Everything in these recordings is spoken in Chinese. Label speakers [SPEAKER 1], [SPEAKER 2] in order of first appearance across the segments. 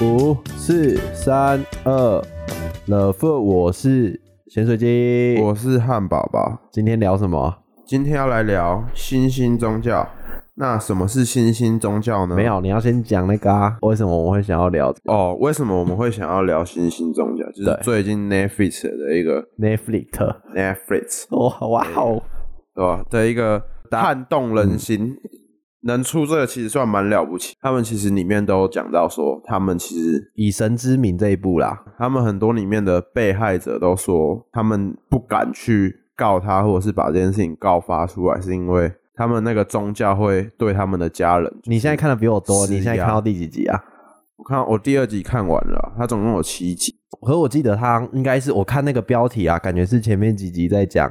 [SPEAKER 1] 五四三二，乐富，我是咸水鸡。
[SPEAKER 2] 我是汉堡包，
[SPEAKER 1] 今天聊什么？
[SPEAKER 2] 今天要来聊新兴宗教。那什么是新兴宗教呢？
[SPEAKER 1] 没有，你要先讲那个啊，为什么我们会想要聊
[SPEAKER 2] 哦。为什么我们会想要聊新兴宗教？就是
[SPEAKER 1] 对
[SPEAKER 2] 最近 Netflix 的一个
[SPEAKER 1] Netflix？
[SPEAKER 2] Netflix
[SPEAKER 1] 哇 哇哦！
[SPEAKER 2] 对吧？的一个撼动人
[SPEAKER 1] 嗯
[SPEAKER 2] 心，能出这个其实算蛮了不起。他们其实里面都有讲到说，他们其实啊
[SPEAKER 1] 以神之名这一部啦，
[SPEAKER 2] 他们很多里面的被害者都说，他们不敢去告他，或者是把这件事情告发出来，是因为他们那个宗教会对他们的家人。
[SPEAKER 1] 你现在看的比我多，
[SPEAKER 2] 是
[SPEAKER 1] 你现在
[SPEAKER 2] 呀
[SPEAKER 1] 看到第几集啊？
[SPEAKER 2] 我看我第二集看完了，它总共有七集。
[SPEAKER 1] 可我记得他应该是我看那个标题啊，感觉是前面几集在讲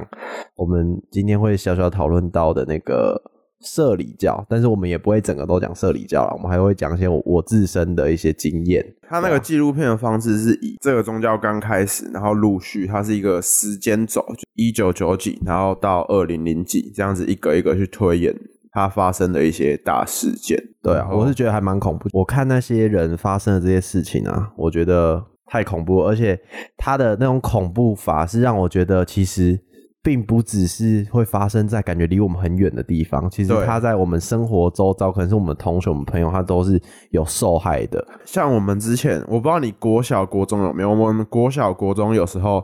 [SPEAKER 1] 我们今天会小小讨论到的那个社里教，但是我们也不会整个都讲社里教了，我们还会讲一些我我自身的一些经验。
[SPEAKER 2] 它那个纪录片的方式是以这个宗教刚开始，然后陆续它是一个时间轴，就一九九几，然后到二零零几这样子一个一个去推演它发生的一些大事件。
[SPEAKER 1] 对啊
[SPEAKER 2] 然，后
[SPEAKER 1] 我是觉得还蛮恐怖。我看那些人发生的这些事情啊，我觉得太恐怖了，而且他的那种恐怖法是让我觉得其实。并不只是会发生在感觉离我们很远的地方，其实
[SPEAKER 2] 对
[SPEAKER 1] 它在我们生活周遭，可能是我们同学、我们朋友，他都是有受害的。
[SPEAKER 2] 像我们之前，我不知道你国小国中有没有，我们国小国中有时候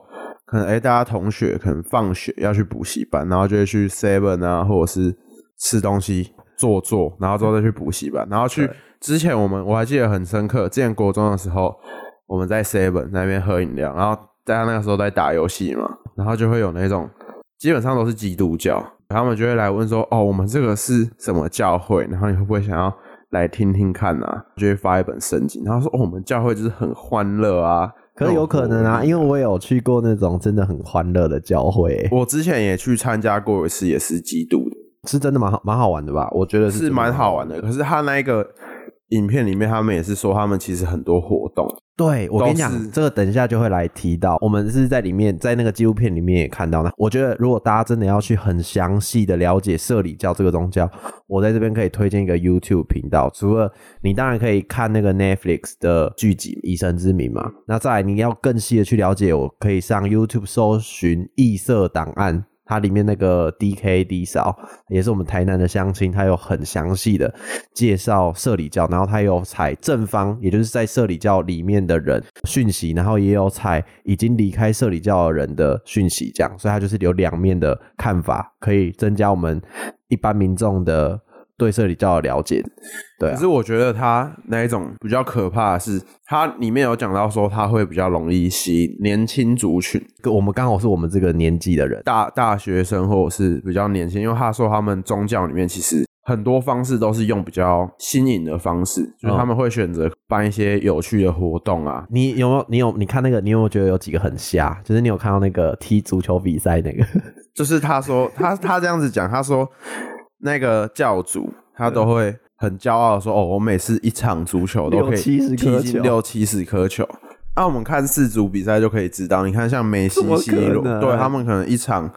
[SPEAKER 2] 可能哎、诶大家同学可能放学要去补习班，然后就会去 Seven 啊，或者是吃东西坐坐，然后之后再去补习班，然后去之前我们我还记得很深刻，之前国中的时候我们在 Seven 那边喝饮料，然后大家那个时候在打游戏嘛，然后就会有那种基本上都是基督教，他们就会来问说：“哦，我们这个是什么教会？然后你会不会想要来听听看啊？”就会发一本圣经，然后说：“哦，我们教会就是很欢乐啊。”
[SPEAKER 1] 可是有可能
[SPEAKER 2] 哦
[SPEAKER 1] 啊，因为我有去过那种真的很欢乐的教会、
[SPEAKER 2] 我之前也去参加过一次，也是基督的，
[SPEAKER 1] 是真的蛮好蛮好玩的吧？我觉得
[SPEAKER 2] 是蛮好玩的。。可是他那一个影片里面，他们也是说他们其实很多活动，
[SPEAKER 1] 对，我跟你
[SPEAKER 2] 都
[SPEAKER 1] 讲，
[SPEAKER 2] 是
[SPEAKER 1] 这个等一下就会来提到。我们是在里面，在那个纪录片里面也看到那我觉得，如果大家真的要去很详细的了解社里教这个宗教，我在这边可以推荐一个 YouTube 频道。除了你当然可以看那个 Netflix 的剧集《以神之名》嘛，那再来你要更细的去了解，我可以上 YouTube 搜寻“异色档案”。它里面那个 D K D 嫂也是我们台南的乡亲，他有很详细的介绍社里教，然后他有采正方，也就是在社里教里面的人讯息，然后也有采已经离开社里教的人的讯息，这样，所以他就是有两面的看法，可以增加我们一般民众的对社里教的了解。对啊
[SPEAKER 2] 可是我觉得他那一种比较可怕的是，他里面有讲到说他会比较容易吸引年轻族群，
[SPEAKER 1] 我们刚好是我们这个年纪的人，
[SPEAKER 2] 大大学生或者是比较年轻，因为他说他们宗教里面其实很多方式都是用比较新颖的方式，就是他们会选择办一些有趣的活动啊。
[SPEAKER 1] 你有没有？你有你看那个？你有没有觉得有几个很瞎？就是你有看到那个踢足球比赛那个？
[SPEAKER 2] 就是他说他他这样子讲，他说那个教主他都会很骄傲地说哦，我每次一场足球都可以
[SPEAKER 1] 六七十颗
[SPEAKER 2] 踢
[SPEAKER 1] 球
[SPEAKER 2] 进六七十颗球。那、我们看四组比赛就可以知道，你看像梅西
[SPEAKER 1] 怎、么可
[SPEAKER 2] C 罗，
[SPEAKER 1] 能啊嗯
[SPEAKER 2] 对他们可能一场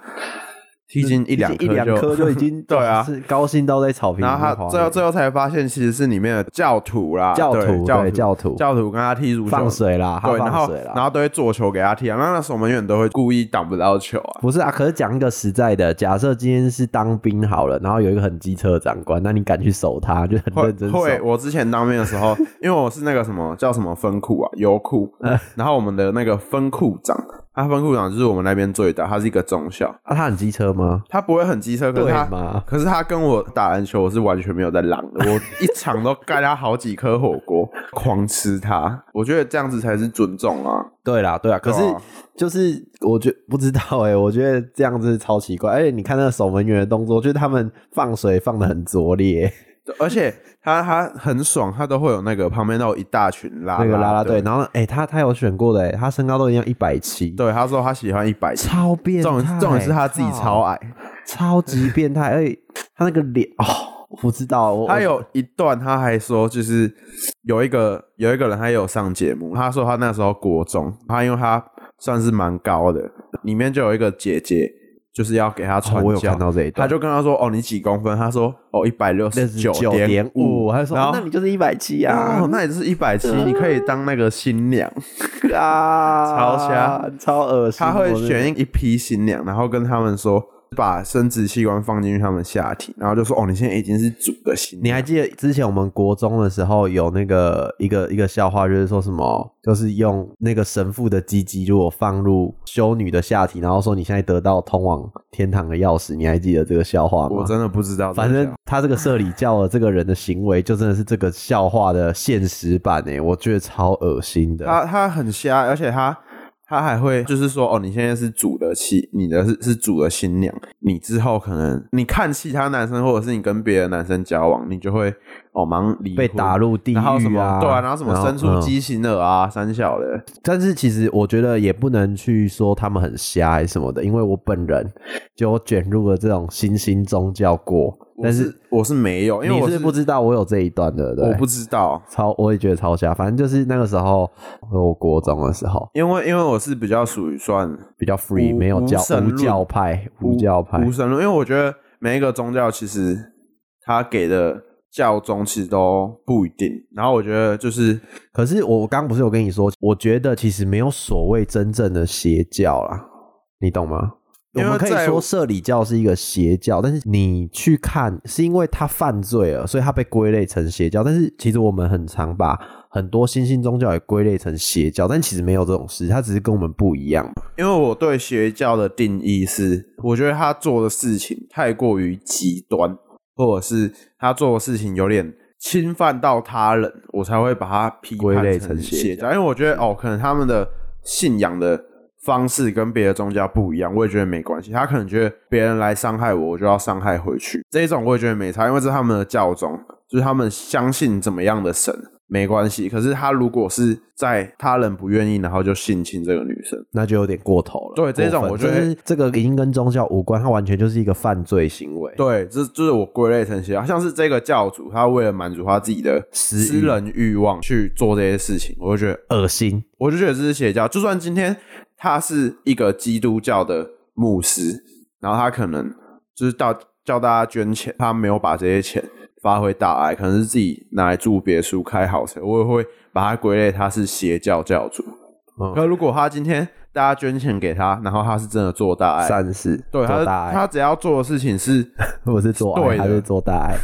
[SPEAKER 2] 踢进一两
[SPEAKER 1] 一两颗就已经
[SPEAKER 2] 对啊
[SPEAKER 1] 是高兴到在草坪
[SPEAKER 2] 然
[SPEAKER 1] 上
[SPEAKER 2] 后他最后最后才发现，其实是里面的教徒啦，
[SPEAKER 1] 教
[SPEAKER 2] 对
[SPEAKER 1] 徒
[SPEAKER 2] 教
[SPEAKER 1] 对教徒
[SPEAKER 2] 教徒跟他踢足球
[SPEAKER 1] 放水啦，他
[SPEAKER 2] 对，然
[SPEAKER 1] 放
[SPEAKER 2] 后
[SPEAKER 1] 水啦，
[SPEAKER 2] 然后都会做球给他踢啊。那那时候我们永远都会故意挡不到球啊。
[SPEAKER 1] 不是啊，可是讲一个实在的，假设今天是当兵好了，然后有一个很机车的长官，那你敢去守他，就很
[SPEAKER 2] 会
[SPEAKER 1] 认真守。
[SPEAKER 2] 会，我之前当兵的时候，因为我是那个什么叫什么分库啊，油库，
[SPEAKER 1] 嗯
[SPEAKER 2] 然后我们的那个分库长，他分库长就是我们那边最大，他是一个中校，
[SPEAKER 1] 啊，他很机车吗？
[SPEAKER 2] 他不会很机车，可是
[SPEAKER 1] 对
[SPEAKER 2] 他
[SPEAKER 1] 吗？
[SPEAKER 2] 可是他跟我打篮球，我是完全没有在浪的，我一场都盖他好几颗火锅，狂吃他，我觉得这样子才是尊重啊。
[SPEAKER 1] 对啦，对啊，可
[SPEAKER 2] 对
[SPEAKER 1] 是
[SPEAKER 2] 啊
[SPEAKER 1] 就是我觉不知道哎、我觉得这样子超奇怪。而且你看那个守门员的动作，就是他们放水放的很拙劣，
[SPEAKER 2] 对而且他他很爽，他都会有那个旁边都有一大群拉
[SPEAKER 1] 那个啦啦队。
[SPEAKER 2] 队，
[SPEAKER 1] 然后哎、他他有选过的、欸，他身高都一样一百七，
[SPEAKER 2] 对他说他喜欢一百七，
[SPEAKER 1] 超变态。
[SPEAKER 2] 重点重点是他自己超
[SPEAKER 1] 靠
[SPEAKER 2] 矮，
[SPEAKER 1] 超级变态，而且他那个脸哦，我不知道，我
[SPEAKER 2] 他有一段他还说就是有一个有一个人他也有上节目，他说他那时候国中，他因为他算是蛮高的，里面就有一个姐姐。就是要给他传
[SPEAKER 1] 哦我有
[SPEAKER 2] 教
[SPEAKER 1] 看到这一段
[SPEAKER 2] 他就跟他说：“哦，你几公分？”他说：“哦，一百六十九
[SPEAKER 1] 九点五，他就说、
[SPEAKER 2] 然
[SPEAKER 1] 哦
[SPEAKER 2] 后、
[SPEAKER 1] 那你就是一百七啊
[SPEAKER 2] 哦，那也就是一百七，你可以当那个新娘。
[SPEAKER 1] 啊，
[SPEAKER 2] 超瞎，
[SPEAKER 1] 超恶心。
[SPEAKER 2] 他会
[SPEAKER 1] 我真的
[SPEAKER 2] 选一批新娘，然后跟他们说把生殖器官放进去他们下体，然后就说：“哦，你现在已经是主的新
[SPEAKER 1] 你
[SPEAKER 2] 娘。
[SPEAKER 1] 还记得之前我们国中的时候有那个一个一个笑话，就是说什么，就是用那个神父的鸡鸡，如果放入修女的下体，然后说你现在得到通往天堂的钥匙，你还记得这个笑话”
[SPEAKER 2] 我
[SPEAKER 1] 吗？
[SPEAKER 2] 真的不知道，
[SPEAKER 1] 反
[SPEAKER 2] 真的
[SPEAKER 1] 正
[SPEAKER 2] 假的
[SPEAKER 1] 他这个社里教的这个人的行为，就真的是这个笑话的现实版诶、我觉得超恶心的。
[SPEAKER 2] 他他很瞎，而且他他还会就是说：“哦，你现在是主的新，你的是是主的新娘，你之后可能你看其他男生，或者是你跟别的男生交往，你就会哦忙离婚
[SPEAKER 1] 被打。”入地狱
[SPEAKER 2] 然
[SPEAKER 1] 啊！
[SPEAKER 2] 后什么对啊，然后什么
[SPEAKER 1] 然后
[SPEAKER 2] 牲畜
[SPEAKER 1] 嗯
[SPEAKER 2] 畸形儿啊，三小的，
[SPEAKER 1] 但是其实我觉得也不能去说他们很瞎还是什么的，因为我本人就卷入了这种新兴宗教过。但是
[SPEAKER 2] 我是没有，因为
[SPEAKER 1] 你
[SPEAKER 2] 我
[SPEAKER 1] 是不知道我有这一段的，对不对？
[SPEAKER 2] 我不知道，
[SPEAKER 1] 超，我也觉得超瞎。反正就是那个时候，我国中的时候
[SPEAKER 2] 因为因为我是比较属于算
[SPEAKER 1] 比较 free，
[SPEAKER 2] 无
[SPEAKER 1] 没有教
[SPEAKER 2] 无神
[SPEAKER 1] 无
[SPEAKER 2] 论
[SPEAKER 1] 教派，无教派
[SPEAKER 2] 无神论，因为我觉得每一个宗教其实他给的教宗其实都不一定，然后我觉得就是
[SPEAKER 1] 可是我我刚刚不是有跟你说，我觉得其实没有所谓真正的邪教啦，你懂吗？我
[SPEAKER 2] 因为
[SPEAKER 1] 们可以
[SPEAKER 2] 在
[SPEAKER 1] 说社里教是一个邪教，但是你去看，是因为他犯罪了，所以他被归类成邪教。但是其实我们很常把很多新兴宗教也归类成邪教，但其实没有这种事，它只是跟我们不一样。
[SPEAKER 2] 因为我对邪教的定义是，我觉得他做的事情太过于极端，或者是他做的事情有点侵犯到他人，我才会把他批判
[SPEAKER 1] 归类成
[SPEAKER 2] 成
[SPEAKER 1] 邪
[SPEAKER 2] 邪教。因为我觉得哦，可能他们的信仰的方式跟别的宗教不一样，我也觉得没关系。他可能觉得别人来伤害我，我就要伤害回去，这一种我也觉得没差，因为这是他们的教宗，就是他们相信怎么样的神。没关系，可是他如果是在他人不愿意，然后就性侵这个女生，
[SPEAKER 1] 那就有点过头了。
[SPEAKER 2] 对这种
[SPEAKER 1] 过分
[SPEAKER 2] 我觉得
[SPEAKER 1] 就是这个已经跟宗教无关，它完全就是一个犯罪行为。
[SPEAKER 2] 对，这就是我归类成邪教，像是这个教主，他为了满足他自己的
[SPEAKER 1] 私欲
[SPEAKER 2] 私人欲望去做这些事情，我就觉得，
[SPEAKER 1] 恶心，
[SPEAKER 2] 我就觉得这是邪教。就算今天他是一个基督教的牧师，然后他可能就是到叫大家捐钱，他没有把这些钱发挥大爱，可能是自己拿来住别墅、开豪车，我也会把他归类他是邪教教主。
[SPEAKER 1] 嗯
[SPEAKER 2] 可如果他今天大家捐钱给他，然后他是真的做大爱，
[SPEAKER 1] 善事，
[SPEAKER 2] 对他
[SPEAKER 1] 做
[SPEAKER 2] 是
[SPEAKER 1] 大爱，
[SPEAKER 2] 他只要做的事情是。
[SPEAKER 1] 我是做爱，
[SPEAKER 2] 对的
[SPEAKER 1] 他是做大爱。。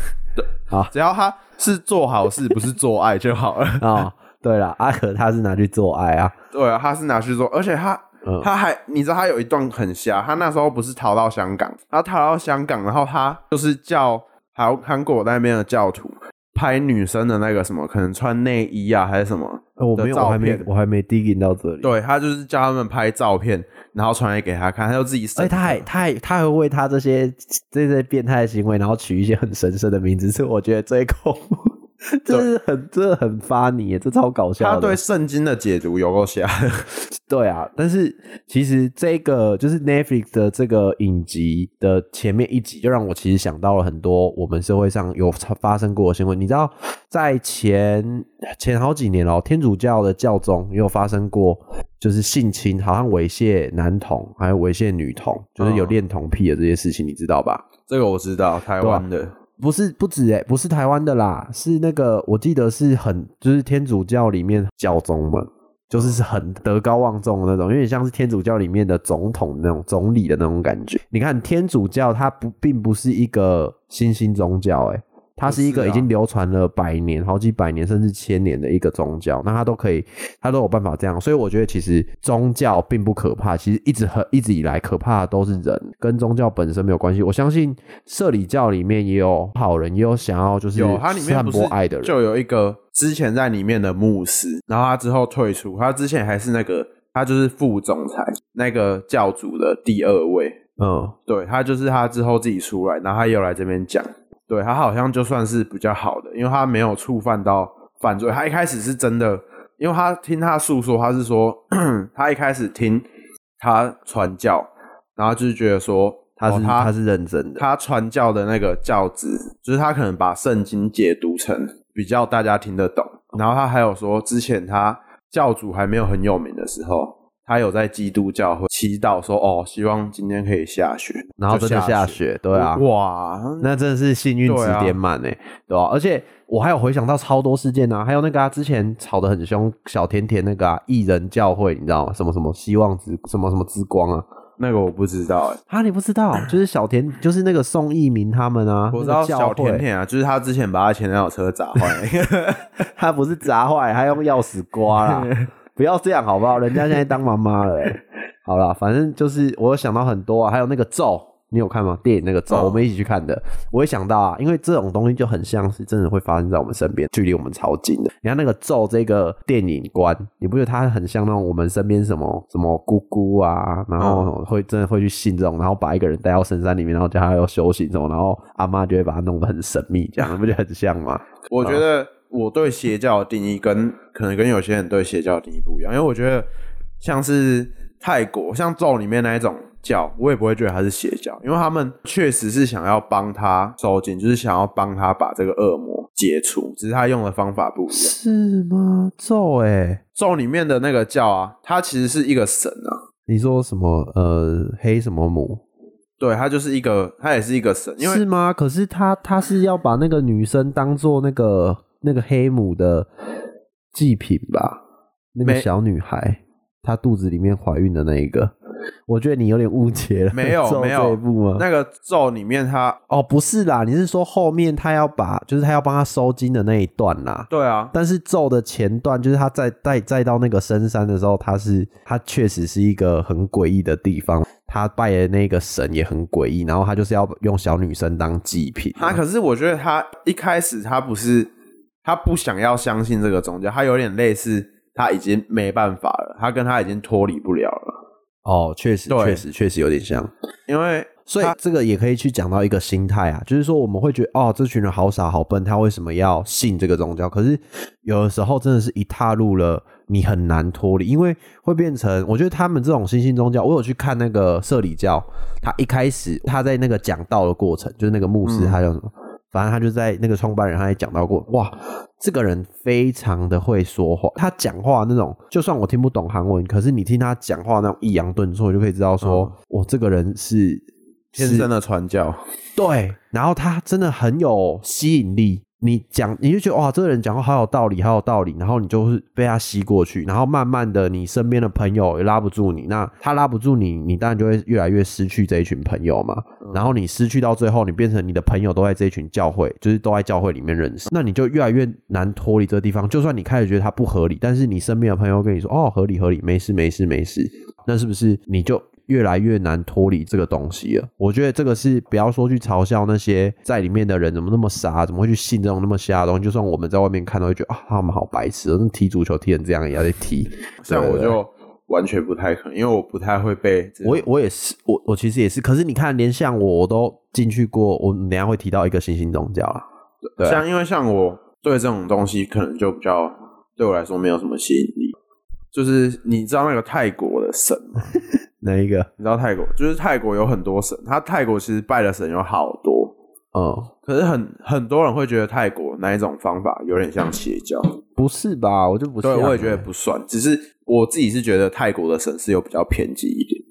[SPEAKER 2] 只要他是做好事，不是做爱就好了
[SPEAKER 1] 啊、对了，阿可他是拿去做爱啊，
[SPEAKER 2] 对啊，他是拿去做，而且他、
[SPEAKER 1] 嗯
[SPEAKER 2] 他还你知道他有一段很瞎，他那时候不是逃到香港，他逃到香港，然后他就是叫韩韩国那边的教徒拍女生的那个什么，可能穿内衣啊还是什么，
[SPEAKER 1] 呃我没
[SPEAKER 2] 的
[SPEAKER 1] 有，
[SPEAKER 2] 照
[SPEAKER 1] 我还没
[SPEAKER 2] 片，
[SPEAKER 1] 我还没 digging 到这里。，
[SPEAKER 2] 对他就是叫他们拍照片，然后传来给他哎看，他就自己审
[SPEAKER 1] 而且他还，他还，他还会为他这些这些变态的行为，然后取一些很神圣的名字，是我觉得最恐怖， 这是很，这很发你耶，这超搞笑的。
[SPEAKER 2] 他对圣经的解读有够瞎，
[SPEAKER 1] 对啊，但是其实这个就是 Netflix 的这个影集的前面一集，就让我其实想到了很多我们社会上有发生过的新闻。你知道，在前前好几年哦，天主教的教宗也有发生过，就是性侵，好像猥亵男童，还有猥亵女童，就是有
[SPEAKER 2] 嗯
[SPEAKER 1] 恋童癖的这些事情，你知道吧？
[SPEAKER 2] 这个我知道，台湾的。
[SPEAKER 1] 不是不止哎、不是台湾的啦，是那个我记得是很就是天主教里面教宗们，就是是很德高望重的那种，有点像是天主教里面的总统那种总理的那种感觉。你看天主教它不并不是一个新兴宗教哎、它是一
[SPEAKER 2] 不
[SPEAKER 1] 个
[SPEAKER 2] 是啊
[SPEAKER 1] 已经流传了百年、好几百年甚至千年的一个宗教，那它都可以，它都有办法这样。所以我觉得其实宗教并不可怕，其实一直很一直以来可怕的都是人，跟宗教本身没有关系。我相信社里教里面也有好人，也有想要就是
[SPEAKER 2] 有，它里面
[SPEAKER 1] 散
[SPEAKER 2] 不是
[SPEAKER 1] 播爱的人。
[SPEAKER 2] 就有一个之前在里面的牧师，然后他之后退出，他之前还是那个他就是副总裁那个教主的第二位，
[SPEAKER 1] 嗯，
[SPEAKER 2] 对他就是他之后自己出来，然后他又来这边讲，对他好像就算是比较好的，因为他没有触犯到犯罪，他一开始是真的，因为他听他诉说，他是说 他一开始听他传教，然后就是觉得说。
[SPEAKER 1] 他是、
[SPEAKER 2] 哦
[SPEAKER 1] 他是认真的，
[SPEAKER 2] 他传教的那个教旨，就是他可能把圣经解读成比较大家听得懂。然后他还有说，之前他教主还没有很有名的时候，他有在基督教会祈祷说，哦，希望今天可以下雪，
[SPEAKER 1] 然后真的
[SPEAKER 2] 下
[SPEAKER 1] 下，雪，对啊，
[SPEAKER 2] 哇，
[SPEAKER 1] 那真的是幸运值
[SPEAKER 2] 啊
[SPEAKER 1] 点满哎、对吧、而且我还有回想到超多事件啊，还有那个啊，之前吵得很凶，小甜甜那个啊，艺人教会，你知道吗？什么什么希望之什么什么之光啊？
[SPEAKER 2] 那个我不知道、欸，
[SPEAKER 1] 啊，你不知道，就是小甜，就是那个宋一鸣他们啊，
[SPEAKER 2] 我知
[SPEAKER 1] 那
[SPEAKER 2] 道
[SPEAKER 1] 个教
[SPEAKER 2] 小甜
[SPEAKER 1] 会，
[SPEAKER 2] 甜啊，就是她之前把她前男友车砸坏，
[SPEAKER 1] 他不是砸坏，他用钥匙刮啦。不要这样好不好？人家现在当妈妈了、欸，好啦，反正就是我有想到很多啊，还有那个咒，你有看吗？电影那个咒，
[SPEAKER 2] 嗯
[SPEAKER 1] 我们一起去看的。我也想到啊，因为这种东西就很像是真的会发生在我们身边，距离我们超近的。你看那个咒这个电影观，你不觉得它很像那种我们身边什么什么姑姑啊，然后会真的会去信这种，然后把一个人带到深山里面，然后叫他要修行什么，然后阿妈就会把他弄得很神秘，这样你不觉得很像吗？
[SPEAKER 2] 我
[SPEAKER 1] 嗯
[SPEAKER 2] 觉得我对邪教的定义跟可能跟有些人对邪教的定义不一样，因为我觉得像是泰国像咒里面那一种教，我也不会觉得它是邪教，因为他们确实是想要帮他收紧，就是想要帮他把这个恶魔解除，只是他用的方法不一样。
[SPEAKER 1] 是吗？咒哎、
[SPEAKER 2] 咒里面的那个教啊，它其实是一个神啊，
[SPEAKER 1] 你说什么？呃，黑什么母？
[SPEAKER 2] 对，它就是一个，它也是一个神，因为
[SPEAKER 1] 是吗？可是他他是要把那个女生当做那个那个黑母的祭品吧？那个
[SPEAKER 2] 没
[SPEAKER 1] 小女孩，她肚子里面怀孕的那一个，我觉得你有点误解了。
[SPEAKER 2] 没有
[SPEAKER 1] 走
[SPEAKER 2] 没有
[SPEAKER 1] 这一步吗？
[SPEAKER 2] 那个咒里面它，
[SPEAKER 1] 哦，不是啦，你是说后面他要把，就是他要帮他收金的那一段啦。
[SPEAKER 2] 对啊，
[SPEAKER 1] 但是咒的前段，就是他在带再到那个深山的时候，他是他确实是一个很诡异的地方，他拜的那个神也很诡异，然后他就是要用小女生当祭品啊。
[SPEAKER 2] 他可是我觉得他一开始他不是他不想要相信这个宗教，他有点类似他已经没办法了，他跟他已经脱离不了了，
[SPEAKER 1] 哦，确实，
[SPEAKER 2] 对
[SPEAKER 1] 确实，确实有点像。
[SPEAKER 2] 因为
[SPEAKER 1] 所以这个也可以去讲到一个心态啊，就是说我们会觉得哦，这群人好傻好笨，他为什么要信这个宗教？可是有的时候真的是一踏入了，你很难脱离，因为会变成我觉得他们这种新兴宗教，我有去看那个社里教，他一开始他在那个讲道的过程，就是那个牧师
[SPEAKER 2] 嗯
[SPEAKER 1] 他叫什么？反正他就在那个创办人，他也讲到过，哇，这个人非常的会说话，他讲话那种，就算我听不懂韩文，可是你听他讲话那种抑扬顿挫，就可以知道说，我、这个人是
[SPEAKER 2] 天
[SPEAKER 1] 是
[SPEAKER 2] 生的传教，
[SPEAKER 1] 对，然后他真的很有吸引力。你讲，你就觉得哇，这个人讲话好有道理，好有道理，然后你就是被他吸过去，然后慢慢的，你身边的朋友也拉不住你，那他拉不住你，你当然就会越来越失去这一群朋友嘛。然后你失去到最后，你变成你的朋友都在这一群教会，就是都在教会里面认识，那你就越来越难脱离这个地方。就算你开始觉得它不合理，但是你身边的朋友跟你说哦，合理合理，没事没事没事，那是不是你就越来越难脱离这个东西了？我觉得这个是不要说去嘲笑那些在里面的人怎么那么傻，怎么会去信这种那么瞎的东西。就算我们在外面看到，会觉得啊，他们好白痴哦，那踢足球踢成这样也要去踢。
[SPEAKER 2] 像我
[SPEAKER 1] 对对
[SPEAKER 2] 就完全不太可能，因为我不太会被这种
[SPEAKER 1] 我也我也是，我我其实也是。可是你看，连像我我都进去过，我等一下会提到一个新兴宗教啊。对啊
[SPEAKER 2] 像因为像我对这种东西可能就比较对我来说没有什么吸引力，就是你知道那个泰国的神吗？
[SPEAKER 1] 哪一个？
[SPEAKER 2] 你知道泰国就是泰国有很多神，他泰国其实拜的神有好多，
[SPEAKER 1] 嗯，
[SPEAKER 2] 可是很很多人会觉得泰国那一种方法有点像邪教，
[SPEAKER 1] 不欸是吧？我就不是、啊
[SPEAKER 2] 对，我也觉
[SPEAKER 1] 嗯
[SPEAKER 2] 得不算。只是我自己是觉得泰国的神是有比较偏激一点，